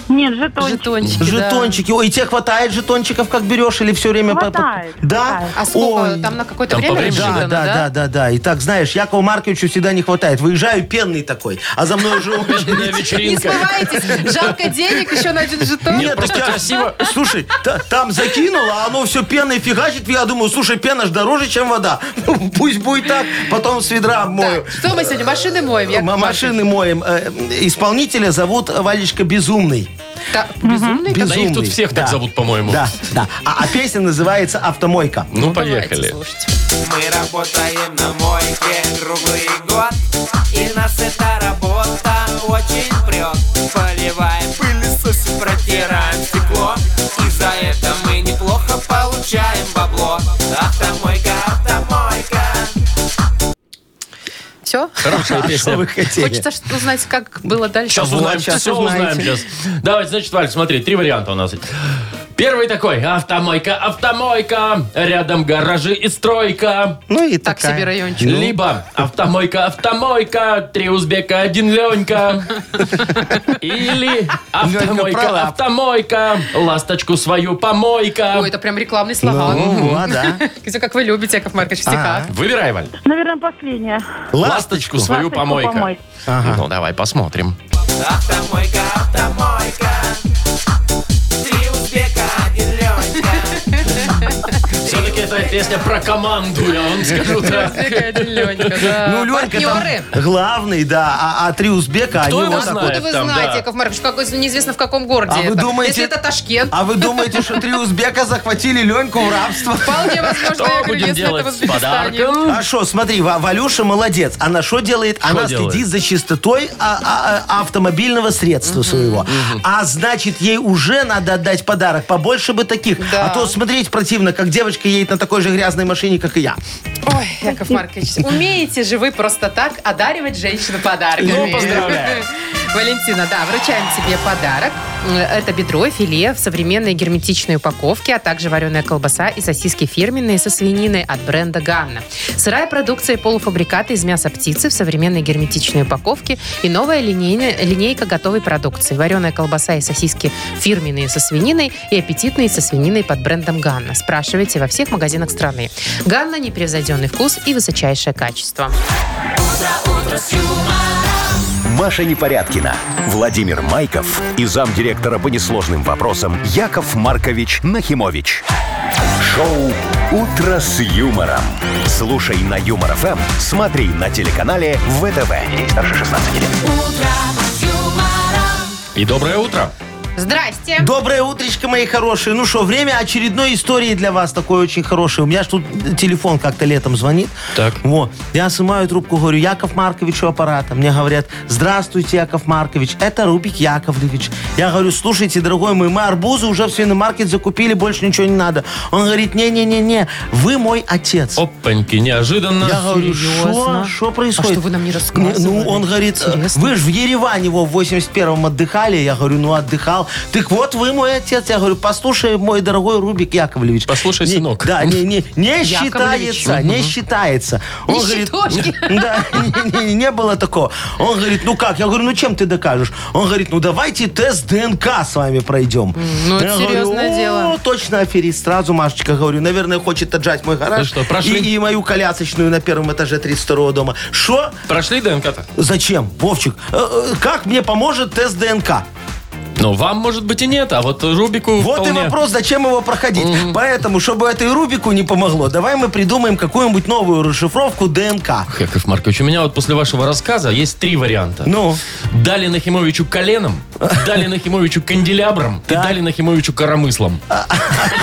[SPEAKER 8] Нет, жетончик.
[SPEAKER 3] Жетончики, да.
[SPEAKER 4] Жетончики. Ой, тебе хватает жетончиков, как берешь, или все время... по- по-
[SPEAKER 8] Хватает,
[SPEAKER 4] Да?
[SPEAKER 8] хватает.
[SPEAKER 3] А сколько?
[SPEAKER 4] Ой.
[SPEAKER 3] Там на какое-то
[SPEAKER 2] Там по
[SPEAKER 3] время
[SPEAKER 2] времени,
[SPEAKER 4] Да,
[SPEAKER 3] рассчитано,
[SPEAKER 4] да, да, да, да. И так, знаешь, Якову Марковичу всегда не хватает. Выезжаю пенный такой, а за мной уже
[SPEAKER 2] Бедная
[SPEAKER 4] очередь.
[SPEAKER 3] Не
[SPEAKER 2] вечеринка.
[SPEAKER 3] смывайтесь. Жалко денег еще на один жетон.
[SPEAKER 2] Нет, просто
[SPEAKER 4] так я-
[SPEAKER 2] красиво.
[SPEAKER 4] Слушай, та- там закинуло, а оно все пеной фигачит. Я думаю, слушай, пена ж дороже, чем вода. Ну, Пусть будет так, потом с ведра мою.
[SPEAKER 3] Так, Что мы сегодня? Машины моем. Яков
[SPEAKER 4] М- Машины моем. Э, Исполнителя зовут Валечка Безумный.
[SPEAKER 3] Маркович. Та- Безумный?
[SPEAKER 2] Да
[SPEAKER 4] Безумный.
[SPEAKER 2] их тут всех так
[SPEAKER 4] Да.
[SPEAKER 2] зовут, по-моему.
[SPEAKER 4] Да, да. А, а песня называется «Автомойка».
[SPEAKER 2] Ну,
[SPEAKER 3] Давайте
[SPEAKER 2] поехали.
[SPEAKER 3] слушать.
[SPEAKER 9] Мы работаем на мойке круглый год И нас эта работа очень прет Поливаем пылесосим, протираем стекло И за это мы неплохо получаем бабло Автомойка, автомойка
[SPEAKER 3] Все?
[SPEAKER 2] Хорошая
[SPEAKER 4] Что
[SPEAKER 2] песня.
[SPEAKER 4] вы хотели?
[SPEAKER 3] Хочется что- узнать, как было дальше.
[SPEAKER 2] Сейчас
[SPEAKER 3] Вот.
[SPEAKER 2] узнаем,
[SPEAKER 4] щас
[SPEAKER 2] все узнаем
[SPEAKER 4] узнаете.
[SPEAKER 2] сейчас. Давай, значит, Валь, смотри, три варианта у нас есть. Первый такой. Автомойка, автомойка. Рядом гаражи и стройка.
[SPEAKER 4] Ну и
[SPEAKER 3] Так
[SPEAKER 4] такая.
[SPEAKER 3] себе
[SPEAKER 2] Ну?
[SPEAKER 3] райончик.
[SPEAKER 2] Либо автомойка, автомойка, три узбека, один Ленька. Или автомойка,
[SPEAKER 4] права.
[SPEAKER 2] автомойка, ласточку свою помойка.
[SPEAKER 3] Ой, это прям рекламный слоган.
[SPEAKER 4] Ну, а, да.
[SPEAKER 3] Все как вы любите, Яков Маркович, в стихах.
[SPEAKER 2] Выбирай, Валь.
[SPEAKER 8] Наверное, последняя.
[SPEAKER 2] Ласточку, свою
[SPEAKER 8] Ласточку
[SPEAKER 2] помойка.
[SPEAKER 8] помойка.
[SPEAKER 2] Ну, давай посмотрим.
[SPEAKER 9] Автомойка, автомойка Три узбека, один Ленька
[SPEAKER 2] Все-таки все-таки эта песня про команду, я вам скажу так.
[SPEAKER 3] Развлекает Ленька, да.
[SPEAKER 4] Ну, Ленька там
[SPEAKER 3] Партнеры?
[SPEAKER 4] главный, да, а, а три узбека,
[SPEAKER 2] Кто
[SPEAKER 4] они
[SPEAKER 2] его
[SPEAKER 4] вот так
[SPEAKER 2] знает?
[SPEAKER 4] вот.
[SPEAKER 3] Откуда вы
[SPEAKER 2] там, да.
[SPEAKER 3] знаете, Яков Маркович, как, неизвестно в каком городе
[SPEAKER 4] А вы
[SPEAKER 3] это?
[SPEAKER 4] думаете-
[SPEAKER 3] Если это Ташкент,
[SPEAKER 4] А вы думаете, что три узбека захватили Леньку в рабство?
[SPEAKER 3] вполне возможно,
[SPEAKER 2] Что
[SPEAKER 3] я говорю,
[SPEAKER 2] будем
[SPEAKER 3] если это
[SPEAKER 2] делать с
[SPEAKER 3] Узбекистане.
[SPEAKER 2] подарком?
[SPEAKER 4] Хорошо, смотри, Ва- Валюша молодец. Она что делает? Она
[SPEAKER 2] делает?
[SPEAKER 4] следит за чистотой а- а- а- автомобильного средства своего. А значит, ей уже надо отдать подарок. Побольше бы таких.
[SPEAKER 3] Да.
[SPEAKER 4] А то смотреть противно, как девочка едет на такой же грязной машине, как и я.
[SPEAKER 3] Ой, Яков Маркович, умеете же вы просто так одаривать женщину подарками.
[SPEAKER 2] Ну, поздравляю.
[SPEAKER 3] Валентина, да, вручаем тебе подарок. Это бедро, филе в современной герметичной упаковке, а также вареная колбаса и сосиски фирменные со свининой от бренда Ганна. Сырая продукция и полуфабрикаты из мяса птицы в современной герметичной упаковке и новая линейная, линейка готовой продукции. Вареная колбаса и сосиски фирменные со свининой и аппетитные со свининой под брендом Ганна. Спрашивайте во всех магазинах страны. Ганна – непревзойденный вкус и высочайшее качество.
[SPEAKER 1] Маша Непорядкина, Владимир Майков и замдиректора по несложным вопросам Яков Маркович Нахимович. Шоу «Утро с юмором». Слушай на Юмор ФМ, смотри на телеканале ВТВ. Ей старше 16 лет.
[SPEAKER 2] И доброе утро.
[SPEAKER 3] Здрасте!
[SPEAKER 4] Доброе утречко, мои хорошие. Ну что, время очередной истории для вас такой очень хорошей. У меня ж тут телефон как-то летом звонит.
[SPEAKER 2] Так.
[SPEAKER 4] Во. Я снимаю трубку, говорю, Яков Маркович у аппарата. Мне говорят, здравствуйте, Яков Маркович, это Рубик Яковлевич. Я говорю, слушайте, дорогой мой, мы арбузы уже в свиномаркет закупили, больше ничего не надо. Он говорит, не-не-не-не, вы мой отец.
[SPEAKER 2] Опаньки, неожиданно.
[SPEAKER 4] Я говорю,
[SPEAKER 3] Серьезно?
[SPEAKER 4] что? Что происходит?
[SPEAKER 3] А что вы нам не рассказывали?
[SPEAKER 4] Ну, он говорит, э,
[SPEAKER 3] Интересно.
[SPEAKER 4] вы же в Ереване его в 81-м отдыхали. Я говорю, ну, отдыхал. Так вот, вы мой отец. Я говорю, послушай, мой дорогой Рубик Яковлевич.
[SPEAKER 2] Послушай,
[SPEAKER 4] Не-
[SPEAKER 2] сынок.
[SPEAKER 4] Да, не, не, не
[SPEAKER 3] Яковлевич.
[SPEAKER 4] считается, не считается. Он
[SPEAKER 3] Не
[SPEAKER 4] говорит,
[SPEAKER 3] считошки.
[SPEAKER 4] Да, не, не, не было такого. Он говорит, ну как? Я говорю, ну чем ты докажешь? Он говорит, ну давайте тест ДНК с вами пройдем.
[SPEAKER 3] ну, это
[SPEAKER 4] Я говорю,
[SPEAKER 3] серьезное
[SPEAKER 4] «О,
[SPEAKER 3] дело».
[SPEAKER 4] Ну, точно аферист. Сразу, Машечка, говорю, наверное, хочет отжать мой гараж.
[SPEAKER 2] Ну что, прошли?
[SPEAKER 4] И, и мою колясочную на первом этаже 32-го дома. Что?
[SPEAKER 2] Прошли ДНК-то?
[SPEAKER 4] Зачем, Вовчик? Э, э, Как мне поможет тест ДНК?
[SPEAKER 2] Ну, вам, может быть, и нет, а вот Рубику
[SPEAKER 4] Вот
[SPEAKER 2] вполне.
[SPEAKER 4] и вопрос, зачем его проходить. Поэтому, чтобы это и Рубику не помогло, давай мы придумаем какую-нибудь новую расшифровку ДНК.
[SPEAKER 2] Яков Маркович, у меня вот после вашего рассказа есть три варианта.
[SPEAKER 4] Ну,
[SPEAKER 2] Дали Нахимовичу коленом, дали Нахимовичу канделябром и
[SPEAKER 4] Так.
[SPEAKER 2] дали Нахимовичу коромыслом.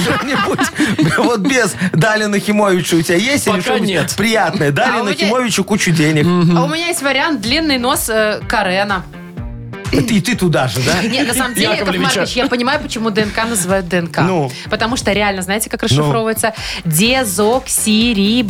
[SPEAKER 4] что-нибудь вот без Дали Нахимовича у тебя есть?
[SPEAKER 2] Пока
[SPEAKER 4] или что-нибудь
[SPEAKER 2] нет.
[SPEAKER 4] Приятное.
[SPEAKER 3] А
[SPEAKER 4] Дали
[SPEAKER 3] у меня-
[SPEAKER 4] Нахимовичу кучу денег.
[SPEAKER 3] А у меня есть вариант «Длинный нос э, Карена».
[SPEAKER 4] И ты туда же, да?
[SPEAKER 3] Нет, на самом деле, Яков
[SPEAKER 2] Яковлевича.
[SPEAKER 3] Маркович, я понимаю, почему ДНК называют ДНК.
[SPEAKER 4] Ну.
[SPEAKER 3] Потому что реально, знаете, как расшифровывается?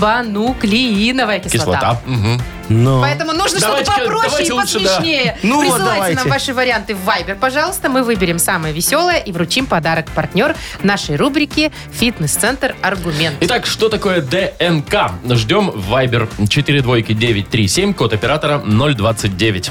[SPEAKER 3] Дезоксирибонуклеиновая кислота.
[SPEAKER 2] Кислота. Мгм.
[SPEAKER 4] Ну.
[SPEAKER 3] Поэтому нужно
[SPEAKER 2] Давайте,
[SPEAKER 3] что-то попроще
[SPEAKER 2] давайте
[SPEAKER 3] и
[SPEAKER 2] лучше, да.
[SPEAKER 3] посмешнее.
[SPEAKER 4] Ну вот,
[SPEAKER 3] Присылайте нам
[SPEAKER 4] давайте.
[SPEAKER 3] ваши варианты в Viber, пожалуйста. Мы выберем самое веселое и вручим подарок партнер нашей рубрики «Фитнес-центр Аргумент».
[SPEAKER 2] Итак, что такое ДНК? Ждем в Viber 42937, код оператора 029.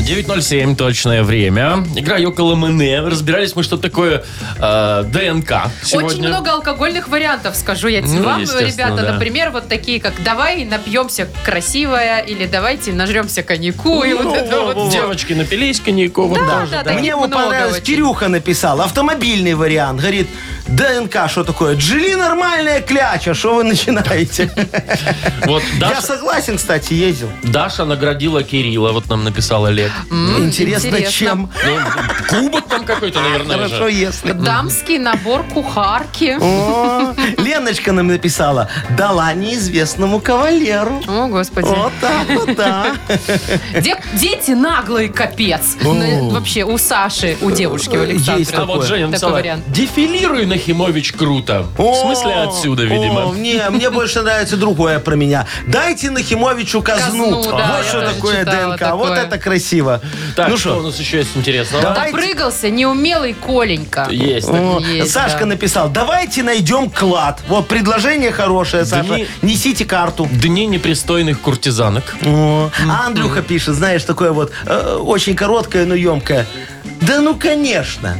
[SPEAKER 2] 9.07 точное время. Игра Йокола Мене. Разбирались мы, что такое э, ДНК сегодня.
[SPEAKER 3] Очень много алкогольных вариантов, скажу я тебе
[SPEAKER 2] Ну,
[SPEAKER 3] вам,
[SPEAKER 2] естественно,
[SPEAKER 3] ребята.
[SPEAKER 2] да.
[SPEAKER 3] Например, вот такие, как «давай напьемся красивая» или «давайте нажремся коньяку». и
[SPEAKER 4] Ну,
[SPEAKER 3] вот это вот всё.
[SPEAKER 2] Девочки напились коньяку. вот
[SPEAKER 3] Да,
[SPEAKER 2] тоже,
[SPEAKER 3] да, таких
[SPEAKER 4] Мне вот
[SPEAKER 3] много
[SPEAKER 4] понравилось,
[SPEAKER 3] очень.
[SPEAKER 4] Кирюха написал, автомобильный вариант. Говорит, ДНК, что такое? Джили нормальная кляча, что вы начинаете?
[SPEAKER 2] Вот
[SPEAKER 4] Я
[SPEAKER 2] Даша,
[SPEAKER 4] согласен, кстати, ездил.
[SPEAKER 2] Daша наградила Кирилла, вот нам написал Олег.
[SPEAKER 3] М, А,
[SPEAKER 4] Интересно, чем?
[SPEAKER 2] Ну, кубок там какой-то, наверное,
[SPEAKER 4] Хорошо,
[SPEAKER 2] же.
[SPEAKER 4] если.
[SPEAKER 3] Дамский набор кухарки.
[SPEAKER 4] О, Леночка нам написала, дала неизвестному кавалеру.
[SPEAKER 3] О, господи.
[SPEAKER 4] Вот так вот, да.
[SPEAKER 3] Де- дети наглые, капец. Ну, Вообще, у Саши, у девушки, у Александра.
[SPEAKER 4] Э, Есть
[SPEAKER 2] А вот
[SPEAKER 4] такое.
[SPEAKER 2] Женя
[SPEAKER 3] Такой
[SPEAKER 2] написала,
[SPEAKER 3] вариант.
[SPEAKER 2] дефилируй, Нахимович, круто. В смысле
[SPEAKER 4] О,
[SPEAKER 2] отсюда,
[SPEAKER 4] о,
[SPEAKER 3] Ну
[SPEAKER 2] видимо.
[SPEAKER 4] Не, мне больше нравится другое про меня. Дайте Нахимовичу казну.
[SPEAKER 3] Казну, да,
[SPEAKER 4] Вот
[SPEAKER 3] я
[SPEAKER 4] что
[SPEAKER 3] тоже
[SPEAKER 4] такое
[SPEAKER 3] читала
[SPEAKER 4] ДНК. Вот
[SPEAKER 3] такое.
[SPEAKER 4] это красиво.
[SPEAKER 2] Так,
[SPEAKER 4] Ну
[SPEAKER 2] что у
[SPEAKER 4] что,
[SPEAKER 2] нас еще есть интересного?
[SPEAKER 4] Давай.
[SPEAKER 3] Допрыгался неумелый Коленька.
[SPEAKER 2] Есть.
[SPEAKER 4] О,
[SPEAKER 3] Есть,
[SPEAKER 4] Ну, Сашка
[SPEAKER 3] да.
[SPEAKER 4] написал, давайте найдем клад. Вот предложение хорошее, Саша.
[SPEAKER 2] не-
[SPEAKER 4] Несите карту.
[SPEAKER 2] Дни непристойных куртизанок.
[SPEAKER 4] О, а Андрюха пишет, знаешь, такое вот э, очень короткое, но емкое. Да ну, конечно.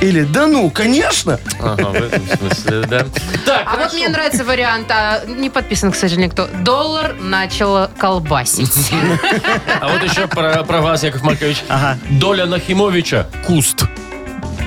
[SPEAKER 4] Или да ну, конечно.
[SPEAKER 2] Ага, в этом смысле, да. Так,
[SPEAKER 3] А вот
[SPEAKER 2] хорошо.
[SPEAKER 3] мне нравится вариант, а, не подписан, к сожалению, кто. Доллар начал колбасить.
[SPEAKER 4] Ну,
[SPEAKER 2] А вот еще про, про вас, Яков Маркович.
[SPEAKER 4] Ага.
[SPEAKER 2] Доля Нахимовича – куст.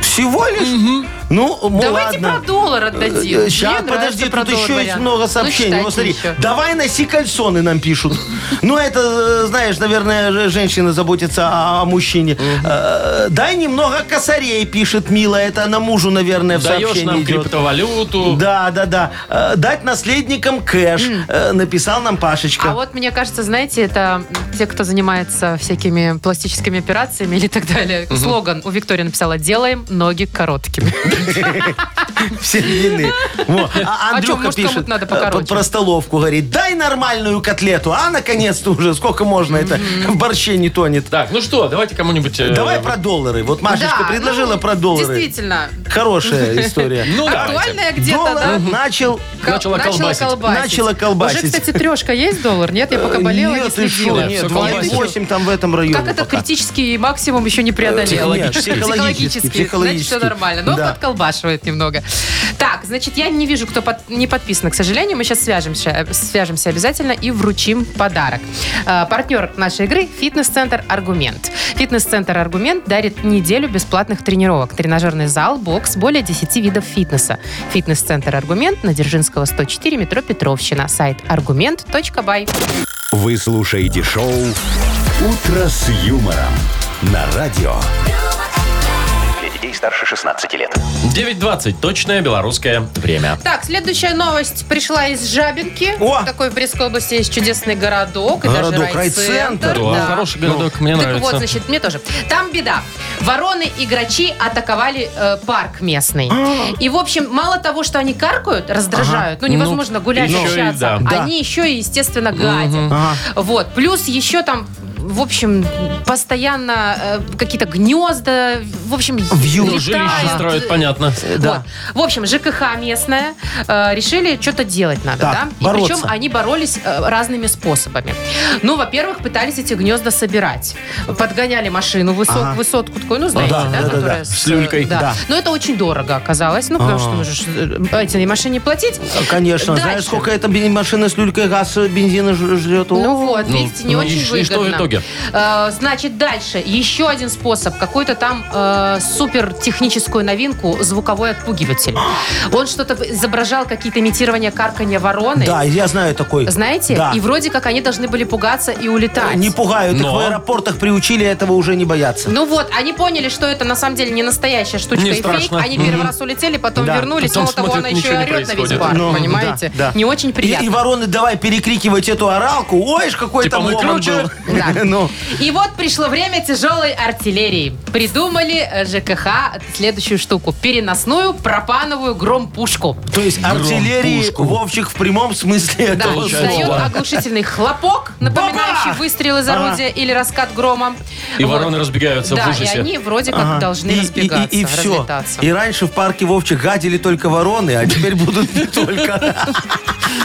[SPEAKER 4] Всего лишь? Ну, ну,
[SPEAKER 3] Давайте про
[SPEAKER 4] ладно.
[SPEAKER 3] доллар отдадим.
[SPEAKER 4] Сейчас,
[SPEAKER 3] Мне
[SPEAKER 4] Э, подожди,
[SPEAKER 3] нравится про
[SPEAKER 4] тут
[SPEAKER 3] доллар
[SPEAKER 4] еще есть
[SPEAKER 3] вариант.
[SPEAKER 4] много
[SPEAKER 3] Ну,
[SPEAKER 4] сообщений.
[SPEAKER 3] считайте
[SPEAKER 4] вот смотри,
[SPEAKER 3] еще.
[SPEAKER 4] давай носи кальсоны, нам пишут. Ну, это, э, знаешь, наверное, же- женщина заботится о, о мужчине. Э, Дай немного косарей, пишет Мила. Это на мужу, наверное, в
[SPEAKER 2] Даешь
[SPEAKER 4] сообщении
[SPEAKER 2] нам
[SPEAKER 4] идет.
[SPEAKER 2] криптовалюту.
[SPEAKER 4] Да, да, да. Э, Дать наследникам кэш, э, написал нам Пашечка.
[SPEAKER 3] А вот, мне кажется, знаете, это те, кто занимается всякими пластическими операциями или так далее. Слоган у Виктории написала «Делаем ноги короткими».
[SPEAKER 4] Все длины. Во. А
[SPEAKER 3] А чё,
[SPEAKER 4] Андрюха
[SPEAKER 3] может,
[SPEAKER 4] пишет
[SPEAKER 3] кому-то надо
[SPEAKER 4] э,
[SPEAKER 3] покороче?
[SPEAKER 4] про столовку, говорит, дай нормальную котлету, а наконец-то уже, сколько можно это, в борще не тонет.
[SPEAKER 2] Так, ну что, давайте кому-нибудь... э,
[SPEAKER 4] Давай про доллары. Вот Машечка
[SPEAKER 3] Да,
[SPEAKER 4] предложила
[SPEAKER 3] ну,
[SPEAKER 4] про доллары.
[SPEAKER 3] Действительно.
[SPEAKER 4] Хорошая история.
[SPEAKER 2] Ну, давайте.
[SPEAKER 3] Актуальная где-то,
[SPEAKER 4] Доллар
[SPEAKER 3] да?
[SPEAKER 4] начал...
[SPEAKER 3] Ко-
[SPEAKER 2] Начала колбасить.
[SPEAKER 4] Начала колбасить.
[SPEAKER 3] Уже, кстати, трешка есть доллар? Нет, я пока болела,
[SPEAKER 4] Э, нет,
[SPEAKER 3] не
[SPEAKER 4] ты что,
[SPEAKER 3] следила.
[SPEAKER 4] нет,
[SPEAKER 2] Всё
[SPEAKER 4] 2,8 там в этом районе
[SPEAKER 3] Как этот
[SPEAKER 4] пока.
[SPEAKER 3] критический максимум еще не преодолел?
[SPEAKER 4] Нет,
[SPEAKER 3] Психологически, значит, все нормально. Но
[SPEAKER 4] Да.
[SPEAKER 3] подколбашивает немного. Так, значит, я не вижу, кто под- не подписан. К сожалению, мы сейчас свяжемся, свяжемся обязательно и вручим подарок. Э, партнер нашей игры – фитнес-центр «Аргумент». Фитнес-центр «Аргумент» дарит неделю бесплатных тренировок. Тренажерный зал, бокс, более 10 видов фитнеса. Фитнес-центр «Аргумент» на Дзержинского, 104, метро Петровщина. Сайт «Аргумент.бай».
[SPEAKER 1] Вы слушаете шоу «Утро с юмором» на радио.
[SPEAKER 5] Для детей старше 16 лет.
[SPEAKER 2] 9.20. Точное белорусское время.
[SPEAKER 3] Так, следующая новость пришла из Жабинки.
[SPEAKER 4] О!
[SPEAKER 3] В такой в Брестской области есть чудесный городок. и даже
[SPEAKER 4] Городок,
[SPEAKER 3] райцентр.
[SPEAKER 4] райцентр.
[SPEAKER 2] Да,
[SPEAKER 3] Да.
[SPEAKER 2] Хороший
[SPEAKER 4] Ну,
[SPEAKER 2] городок, мне
[SPEAKER 3] так
[SPEAKER 2] нравится.
[SPEAKER 3] вот, значит, мне тоже. Там беда. Вороны-игрочи атаковали э, парк местный.
[SPEAKER 4] А!
[SPEAKER 3] и, в общем, мало того, что они каркают, раздражают, ну, невозможно
[SPEAKER 2] Ну,
[SPEAKER 3] гулять,
[SPEAKER 2] еще и
[SPEAKER 3] общаться,
[SPEAKER 2] да.
[SPEAKER 4] Да.
[SPEAKER 3] они еще и, естественно, гадят.
[SPEAKER 4] Ага.
[SPEAKER 3] Вот. Плюс еще там в общем, постоянно э, какие-то гнезда, в общем,
[SPEAKER 4] Вьюры,
[SPEAKER 3] летают.
[SPEAKER 2] Ну, Жилище строят, понятно.
[SPEAKER 4] Да.
[SPEAKER 3] Вот. В общем, ЖКХ местная э, решили что-то делать надо,
[SPEAKER 4] Так,
[SPEAKER 3] да? И
[SPEAKER 4] бороться.
[SPEAKER 3] причем они боролись э, разными способами. Ну, во-первых, пытались эти гнезда собирать. Подгоняли машину высо-
[SPEAKER 4] Ага.
[SPEAKER 3] высотку такую, ну, знаете,
[SPEAKER 4] да,
[SPEAKER 3] да,
[SPEAKER 4] да, да,
[SPEAKER 3] которая
[SPEAKER 4] да.
[SPEAKER 2] С люлькой.
[SPEAKER 3] Да.
[SPEAKER 4] Да. А.
[SPEAKER 3] Но это очень дорого оказалось, ну, потому что нужно ж, э, этой машине платить.
[SPEAKER 4] Конечно,
[SPEAKER 3] Дальше.
[SPEAKER 4] знаешь, сколько эта бен- машина с люлькой газ, э, бензина ж- жрет? О.
[SPEAKER 3] Ну вот,
[SPEAKER 2] Ну,
[SPEAKER 3] видите, не
[SPEAKER 2] ну и
[SPEAKER 3] очень
[SPEAKER 2] ш-
[SPEAKER 3] выгодно.
[SPEAKER 2] и что в итоге?
[SPEAKER 3] Э, значит, дальше. Еще один способ. Какую-то там э, супер техническую новинку, звуковой отпугиватель. Он что-то изображал, какие-то имитирования карканья вороны.
[SPEAKER 4] Да, я знаю такой.
[SPEAKER 3] Знаете?
[SPEAKER 4] Да. Э,
[SPEAKER 3] И вроде как они должны были пугаться и улетать.
[SPEAKER 4] Не пугают, их
[SPEAKER 2] Но.
[SPEAKER 4] в аэропортах приучили этого уже не бояться.
[SPEAKER 3] Ну вот, они поняли, что это на самом деле не настоящая штучка
[SPEAKER 2] Не
[SPEAKER 3] и фейк.
[SPEAKER 2] страшно.
[SPEAKER 3] Они первый раз улетели, потом
[SPEAKER 4] Да.
[SPEAKER 3] вернулись.
[SPEAKER 2] Потом
[SPEAKER 3] Мало того,
[SPEAKER 2] смотрят,
[SPEAKER 3] она еще и
[SPEAKER 2] ничего не
[SPEAKER 3] орет на весь
[SPEAKER 2] происходит.
[SPEAKER 3] парк,
[SPEAKER 4] Ну,
[SPEAKER 3] понимаете?
[SPEAKER 4] да, да.
[SPEAKER 3] Не очень приятно.
[SPEAKER 4] И, и вороны давай перекрикивать эту оралку. Ой, ж какой
[SPEAKER 2] Типа
[SPEAKER 4] там
[SPEAKER 2] мы
[SPEAKER 4] ломан
[SPEAKER 2] круче.
[SPEAKER 4] был.
[SPEAKER 3] Да.
[SPEAKER 4] Ну.
[SPEAKER 3] И вот пришло время тяжелой артиллерии. Придумали э, ЖКХ следующую штуку. Переносную пропановую громпушку.
[SPEAKER 4] То есть артиллерии, Вовчик, в прямом смысле
[SPEAKER 3] Да,
[SPEAKER 4] этого
[SPEAKER 3] издает
[SPEAKER 4] слова.
[SPEAKER 3] оглушительный хлопок, напоминающий
[SPEAKER 4] Бабах!
[SPEAKER 3] выстрел из
[SPEAKER 4] Ага.
[SPEAKER 3] орудия или раскат грома.
[SPEAKER 2] И
[SPEAKER 3] Вот.
[SPEAKER 2] вороны разбегаются в
[SPEAKER 3] Да, и
[SPEAKER 2] ужасе.
[SPEAKER 3] они вроде как
[SPEAKER 4] Ага.
[SPEAKER 3] должны
[SPEAKER 4] А, И- и- и-
[SPEAKER 3] разбегаться,
[SPEAKER 4] и, все.
[SPEAKER 3] разлетаться.
[SPEAKER 4] И раньше в парке Вовчик гадили только вороны, а теперь будут не только.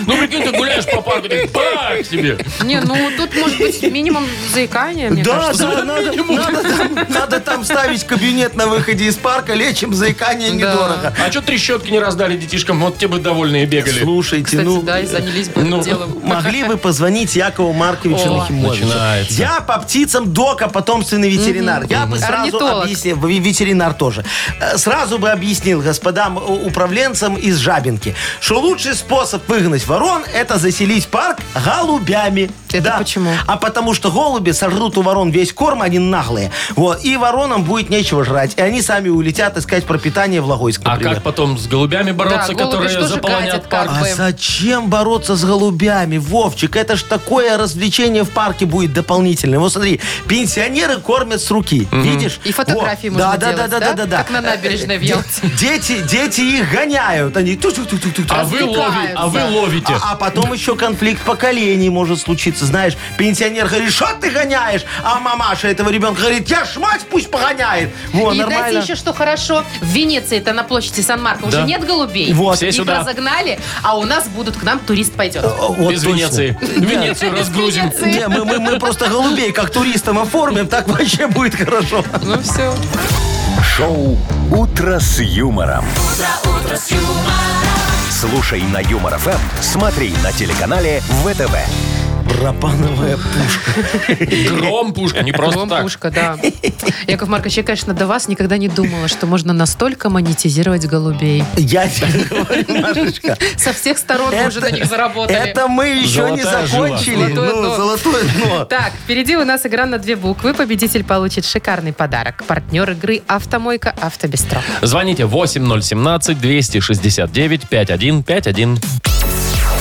[SPEAKER 2] Ну, прикинь, ты гуляешь по парку, так бах тебе.
[SPEAKER 3] Не, ну тут может быть минимум заикания, мне
[SPEAKER 4] Да,
[SPEAKER 3] кажется.
[SPEAKER 4] да, надо, надо там- надо там ставить кабинет на выходе из парка, лечим заикание недорого.
[SPEAKER 2] А что трещотки не раздали детишкам? Вот те бы довольные бегали.
[SPEAKER 4] Слушайте,
[SPEAKER 3] Кстати,
[SPEAKER 4] ну...
[SPEAKER 3] да, и занялись бы
[SPEAKER 2] ну,
[SPEAKER 3] делом.
[SPEAKER 4] Могли бы позвонить Якову Марковичу
[SPEAKER 3] О,
[SPEAKER 4] Нахимовичу.
[SPEAKER 2] начинается.
[SPEAKER 4] Я по птицам дока, потомственный ветеринар. Я бы сразу
[SPEAKER 3] Орнитолог.
[SPEAKER 4] объяснил, в- ветеринар тоже. Э, Сразу бы объяснил господам э, управленцам из Жабинки, что лучший способ выгнать ворон – это заселить парк голубями.
[SPEAKER 3] Это почему?
[SPEAKER 4] А потому что голуби сожрут у ворон весь корм, они наглые. Вот. И воронам будет нечего жрать. И они сами улетят искать пропитание в Логойск,
[SPEAKER 2] А
[SPEAKER 4] например.
[SPEAKER 2] как потом с голубями бороться,
[SPEAKER 3] голуби ж
[SPEAKER 2] которые
[SPEAKER 3] тоже
[SPEAKER 2] заполонят
[SPEAKER 3] гадят,
[SPEAKER 2] парк?
[SPEAKER 3] как
[SPEAKER 4] А
[SPEAKER 3] бы.
[SPEAKER 4] зачем бороться с голубями, Вовчик? Это ж такое развлечение в парке будет дополнительное. Вот смотри, пенсионеры кормят с руки, видишь?
[SPEAKER 3] И фотографии
[SPEAKER 4] Вот.
[SPEAKER 3] можно
[SPEAKER 4] да,
[SPEAKER 3] делать,
[SPEAKER 4] да, да, да, да, да.
[SPEAKER 3] Как на набережной в Ялте.
[SPEAKER 4] Дети, дети их гоняют, они ту-ту-ту-ту-ту.
[SPEAKER 2] А вы, лови, а вы ловите.
[SPEAKER 4] А, а потом еще конфликт поколений может случиться, знаешь. Пенсионер говорит, что ты гоняешь? А мамаша этого ребенка говорит, я ж мать пусть погоняет. Вот,
[SPEAKER 3] и
[SPEAKER 4] нормально.
[SPEAKER 3] знаете еще, что хорошо? В Венеции, это на площади Сан-Марко,
[SPEAKER 2] Да.
[SPEAKER 3] уже нет голубей.
[SPEAKER 4] Вот.
[SPEAKER 2] Все
[SPEAKER 3] Их
[SPEAKER 2] сюда.
[SPEAKER 3] разогнали, а у нас будут к нам турист пойдет.
[SPEAKER 4] О, вот
[SPEAKER 2] Без
[SPEAKER 4] точно.
[SPEAKER 2] Венеции. Венецию разгрузим.
[SPEAKER 4] Не, мы, мы, мы просто голубей как туристам оформим, так вообще будет хорошо.
[SPEAKER 3] Ну все.
[SPEAKER 1] Шоу «Утро с юмором». Слушай на Юмор ФМ, смотри на телеканале ВТВ.
[SPEAKER 4] Барабановая пушка.
[SPEAKER 2] Гром пушка, не просто
[SPEAKER 3] Вам
[SPEAKER 2] так.
[SPEAKER 3] пушка, да. Яков Маркович, я, конечно, до вас никогда не думала, что можно настолько монетизировать голубей.
[SPEAKER 4] Я тебе говорю, Машечка.
[SPEAKER 3] Со всех сторон мы уже на них заработали.
[SPEAKER 4] это мы еще не
[SPEAKER 2] Золотая жила.
[SPEAKER 4] закончили.
[SPEAKER 3] Золотое
[SPEAKER 4] Ну,
[SPEAKER 3] дно.
[SPEAKER 4] золотое дно.
[SPEAKER 3] Так, впереди у нас игра на две буквы. Победитель получит шикарный подарок. Партнер игры «Автомойка Автобестро».
[SPEAKER 2] Звоните 8017-269-5151.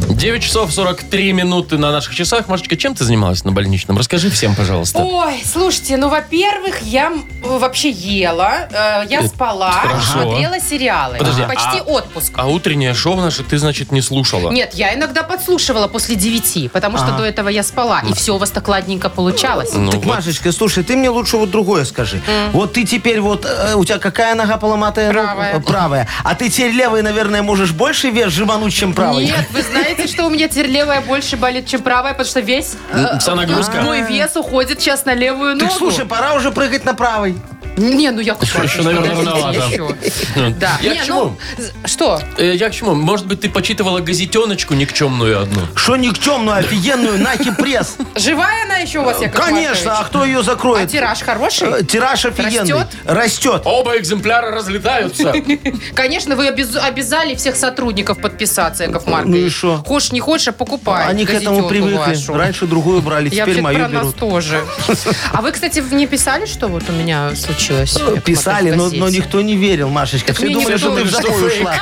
[SPEAKER 2] 9 часов 43 минуты на наших часах. Машечка, чем ты занималась на больничном? Расскажи всем, пожалуйста.
[SPEAKER 3] Ой, слушайте, ну, во-первых, я м, э, вообще ела, э, я спала,
[SPEAKER 2] хорошо.
[SPEAKER 3] смотрела сериалы.
[SPEAKER 2] Подожди,
[SPEAKER 3] Почти
[SPEAKER 2] а-
[SPEAKER 3] отпуск.
[SPEAKER 2] А утреннее шоу наше ты, значит, не
[SPEAKER 4] Типа.
[SPEAKER 2] слушала.
[SPEAKER 3] Нет, я иногда подслушивала после девяти, потому
[SPEAKER 4] А.
[SPEAKER 3] что до этого я спала, и все у вас так ладненько получалось.
[SPEAKER 2] Ну
[SPEAKER 4] так,
[SPEAKER 2] вот.
[SPEAKER 4] Машечка, слушай, ты мне лучше вот другое скажи. Вот ты теперь вот, э, у тебя какая нога поломатая?
[SPEAKER 3] Правая.
[SPEAKER 4] Э, Правая. А ты теперь левой, наверное, можешь больше вес жимануть, чем правой.
[SPEAKER 3] Нет, вы знаете, что у меня теперь левая больше болит, чем правая, потому что весь э,
[SPEAKER 2] Вся нагрузка.
[SPEAKER 3] мой вес уходит сейчас на левую ногу.
[SPEAKER 4] Так слушай, пора уже прыгать на правой.
[SPEAKER 3] не, ну я
[SPEAKER 2] Еще- еще, наверное, рановато.
[SPEAKER 4] Э,
[SPEAKER 3] Да.
[SPEAKER 2] Я
[SPEAKER 3] Не,
[SPEAKER 2] к чему?
[SPEAKER 3] ну, з- что?
[SPEAKER 2] Э, Я к чему? Может быть, ты почитывала газетеночку никчемную одну?
[SPEAKER 4] Что никчемную, офигенную, нахи пресс.
[SPEAKER 3] Живая она еще у вас, Яков
[SPEAKER 4] Конечно, а
[SPEAKER 3] Маркович?
[SPEAKER 4] кто ее закроет?
[SPEAKER 3] А тираж хороший?
[SPEAKER 4] Э, Тираж офигенный.
[SPEAKER 3] Растет?
[SPEAKER 4] Растет.
[SPEAKER 2] Оба экземпляра разлетаются.
[SPEAKER 3] Конечно, вы обез- обязали всех сотрудников подписаться, Яков
[SPEAKER 4] Ну и
[SPEAKER 3] Маркович.
[SPEAKER 4] шо?
[SPEAKER 3] Хочешь, не хочешь, а покупай.
[SPEAKER 4] Они к этому
[SPEAKER 3] газетенку
[SPEAKER 4] привыкли.
[SPEAKER 3] вашу.
[SPEAKER 4] Раньше другую брали,
[SPEAKER 3] Я
[SPEAKER 4] теперь
[SPEAKER 3] вообще-то про
[SPEAKER 4] мою
[SPEAKER 3] нас
[SPEAKER 4] берут.
[SPEAKER 3] тоже. А вы, кстати, мне писали, что вот у меня случилось? Яков Маркович,
[SPEAKER 4] Э, Писали,
[SPEAKER 3] в
[SPEAKER 4] но,
[SPEAKER 3] газете?
[SPEAKER 4] но никто не верил, Машечка.
[SPEAKER 3] Так
[SPEAKER 4] Все
[SPEAKER 3] мне
[SPEAKER 4] думали,
[SPEAKER 3] никто
[SPEAKER 4] что ты в
[SPEAKER 3] не
[SPEAKER 4] запой ушла.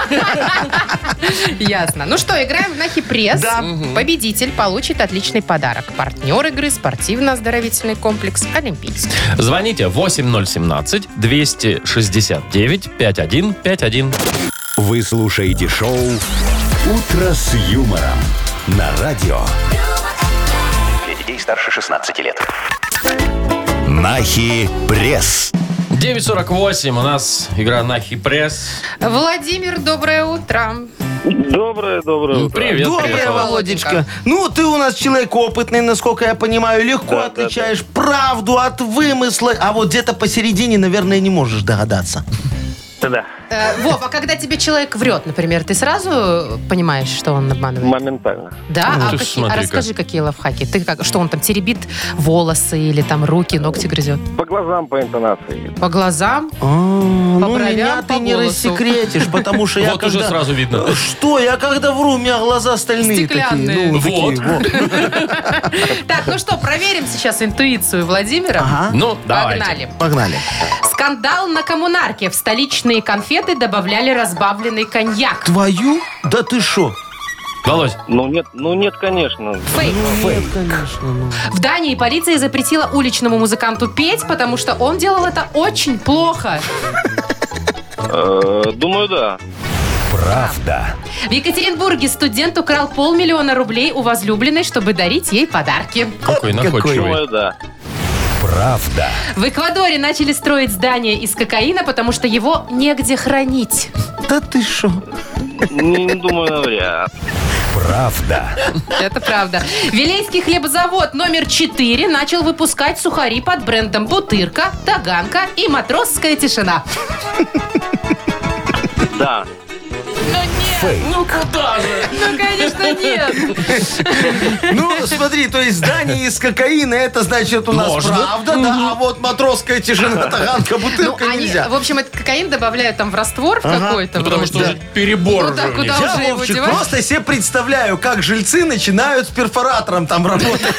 [SPEAKER 3] Ясно. Ну что, играем в Нахи Пресс.
[SPEAKER 4] Да.
[SPEAKER 3] Мгм. Победитель получит отличный подарок. Партнер игры – спортивно-оздоровительный комплекс «Олимпийский».
[SPEAKER 2] Звоните 8017-269-5151.
[SPEAKER 1] Вы слушаете шоу «Утро с юмором». На радио.
[SPEAKER 5] Для детей старше 16 лет.
[SPEAKER 1] Нахи пресс.
[SPEAKER 2] 948 у нас игра на хипресс.
[SPEAKER 3] Владимир, доброе утро.
[SPEAKER 7] Доброе, доброе
[SPEAKER 2] Ну,
[SPEAKER 7] утро.
[SPEAKER 2] Привет, привет.
[SPEAKER 4] Доброе, Володечка. Ну, ты у нас человек опытный, насколько я понимаю. Легко
[SPEAKER 7] Да, да,
[SPEAKER 4] отличаешь правду от вымысла. А вот где-то посередине, наверное, не можешь догадаться.
[SPEAKER 7] Да,
[SPEAKER 3] Э, Вов, а когда тебе человек врет, например, ты сразу понимаешь, что он обманывает?
[SPEAKER 7] моментально.
[SPEAKER 3] Да?
[SPEAKER 2] Ну,
[SPEAKER 3] а,
[SPEAKER 2] ты
[SPEAKER 3] какие-
[SPEAKER 2] смотри
[SPEAKER 3] а
[SPEAKER 2] как.
[SPEAKER 3] расскажи, какие лавхаки. Ты как, что он там теребит волосы или там руки, ногти грызет?
[SPEAKER 7] По глазам, по интонации.
[SPEAKER 3] По глазам?
[SPEAKER 4] А, ну,
[SPEAKER 3] бровям,
[SPEAKER 4] меня
[SPEAKER 3] по
[SPEAKER 4] ты не
[SPEAKER 3] голосу.
[SPEAKER 4] рассекретишь, потому что я
[SPEAKER 2] Вот уже
[SPEAKER 4] когда-
[SPEAKER 2] сразу видно.
[SPEAKER 4] Э, Что? Я когда вру, у меня глаза стальные
[SPEAKER 3] Стеклянные.
[SPEAKER 4] такие. Ну, такие,
[SPEAKER 2] Вот.
[SPEAKER 4] вот.
[SPEAKER 3] Так, ну что, проверим сейчас интуицию Владимира.
[SPEAKER 4] Ага.
[SPEAKER 2] Ну, давайте.
[SPEAKER 3] Погнали.
[SPEAKER 4] Погнали.
[SPEAKER 3] Скандал на коммунарке. В столичные конфеты добавляли разбавленный коньяк.
[SPEAKER 4] Твою? Да ты шо?
[SPEAKER 2] Володь,
[SPEAKER 7] Ну нет, ну нет, конечно.
[SPEAKER 3] Фейк. В Дании полиция запретила уличному музыканту петь, потому что он делал это очень плохо.
[SPEAKER 7] Э, думаю, да.
[SPEAKER 3] В Екатеринбурге студент украл полмиллиона рублей у возлюбленной, чтобы дарить ей подарки.
[SPEAKER 2] какой находчивый.
[SPEAKER 7] Думаю, да.
[SPEAKER 3] В Эквадоре начали строить здание из кокаина, потому что его негде хранить.
[SPEAKER 4] Да ты шо?
[SPEAKER 7] Не, не думаю, навряд.
[SPEAKER 3] Это правда. Вилейский хлебозавод номер 4 начал выпускать сухари под брендом «Бутырка», «Таганка» и «Матросская тишина».
[SPEAKER 7] Да.
[SPEAKER 2] Ну куда же?
[SPEAKER 3] Ну, конечно, нет.
[SPEAKER 4] Ну, смотри, то есть здание из кокаина, это значит у нас
[SPEAKER 2] Можно.
[SPEAKER 4] правда, да, а вот матросская тишина, таганка,
[SPEAKER 3] Ну,
[SPEAKER 4] бутылка
[SPEAKER 3] они,
[SPEAKER 4] нельзя.
[SPEAKER 3] в общем, этот кокаин добавляют там в раствор в какой-то.
[SPEAKER 2] Ну, потому
[SPEAKER 3] вроде.
[SPEAKER 2] что уже перебор
[SPEAKER 3] Ну да,
[SPEAKER 2] же у
[SPEAKER 3] куда
[SPEAKER 2] них.
[SPEAKER 4] Я,
[SPEAKER 3] уже его
[SPEAKER 4] Вовчик,
[SPEAKER 3] девать?
[SPEAKER 4] просто себе представляю, как жильцы начинают с перфоратором там работать.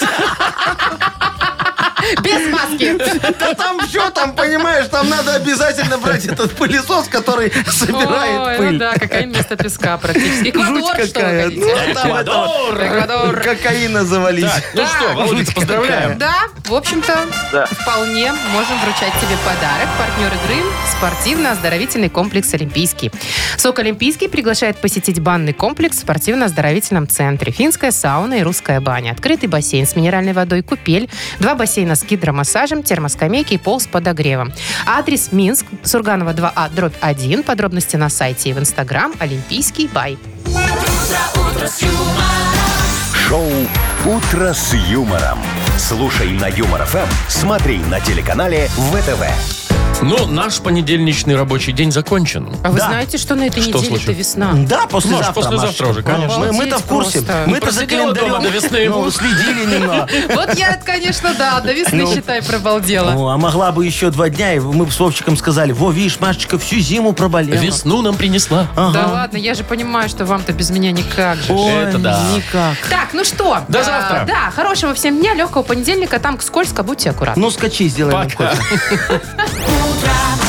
[SPEAKER 3] Без маски.
[SPEAKER 4] Да там все, там, понимаешь, там надо обязательно брать этот пылесос, который
[SPEAKER 3] Ой,
[SPEAKER 4] собирает
[SPEAKER 3] ну
[SPEAKER 4] пыль.
[SPEAKER 3] да, кокаин вместо песка практически. Эквадор,
[SPEAKER 4] Жуть
[SPEAKER 3] что вы
[SPEAKER 4] какая.
[SPEAKER 3] хотите?
[SPEAKER 4] Ну, э, там это
[SPEAKER 3] Эквадор.
[SPEAKER 4] Кокаина завались.
[SPEAKER 2] Так, ну что, Володя, поздравляем.
[SPEAKER 3] Да, в общем-то,
[SPEAKER 7] Да.
[SPEAKER 3] вполне можем вручать тебе подарок. Партнер игры – спортивно-оздоровительный комплекс «Олимпийский». «Сок Олимпийский» приглашает посетить банный комплекс в спортивно-оздоровительном центре. Финская сауна и русская баня. Открытый бассейн с минеральной водой, купель, два бассейна с гидромассажем, термоскамейки и пол с подогревом. Адрес Минск, Сурганова 2А, дробь 1. Подробности на сайте и в Инстаграм «Олимпийский бай».
[SPEAKER 1] Шоу «Утро с юмором». Слушай на Юмор ФМ, смотри на телеканале ВТВ.
[SPEAKER 2] Ну, наш понедельничный рабочий день закончен.
[SPEAKER 3] А вы
[SPEAKER 4] Да.
[SPEAKER 3] знаете, что на этой
[SPEAKER 2] Что
[SPEAKER 3] неделе-то
[SPEAKER 2] случилось?
[SPEAKER 3] весна?
[SPEAKER 4] Да, послезавтра,
[SPEAKER 2] Маш, послезавтра
[SPEAKER 4] Маш.
[SPEAKER 2] уже, конечно.
[SPEAKER 4] Мы- Мы-то
[SPEAKER 3] Обалдеть
[SPEAKER 4] в курсе.
[SPEAKER 3] просто.
[SPEAKER 4] Мы-то за
[SPEAKER 2] Просидела дома
[SPEAKER 4] календарем
[SPEAKER 2] до весны.
[SPEAKER 4] ну, следили немного.
[SPEAKER 3] Вот я, конечно, да, до весны,
[SPEAKER 4] Ну.
[SPEAKER 3] считай, пробалдела.
[SPEAKER 4] Ну, а могла бы еще два дня, и мы бы с Вовчиком сказали, во, видишь, Машечка всю зиму проболела.
[SPEAKER 2] Весну нам принесла.
[SPEAKER 3] Да ладно, я же понимаю, что вам-то без меня никак же.
[SPEAKER 4] Ой,
[SPEAKER 2] Это да.
[SPEAKER 4] никак.
[SPEAKER 3] Так, ну что?
[SPEAKER 2] До
[SPEAKER 3] а,
[SPEAKER 2] завтра.
[SPEAKER 3] Да, хорошего всем дня, легкого понедельника. Там скользко, будьте аккуратны.
[SPEAKER 4] Ну, скачи, сделай. нам
[SPEAKER 2] Пока.
[SPEAKER 4] кофе.
[SPEAKER 9] утро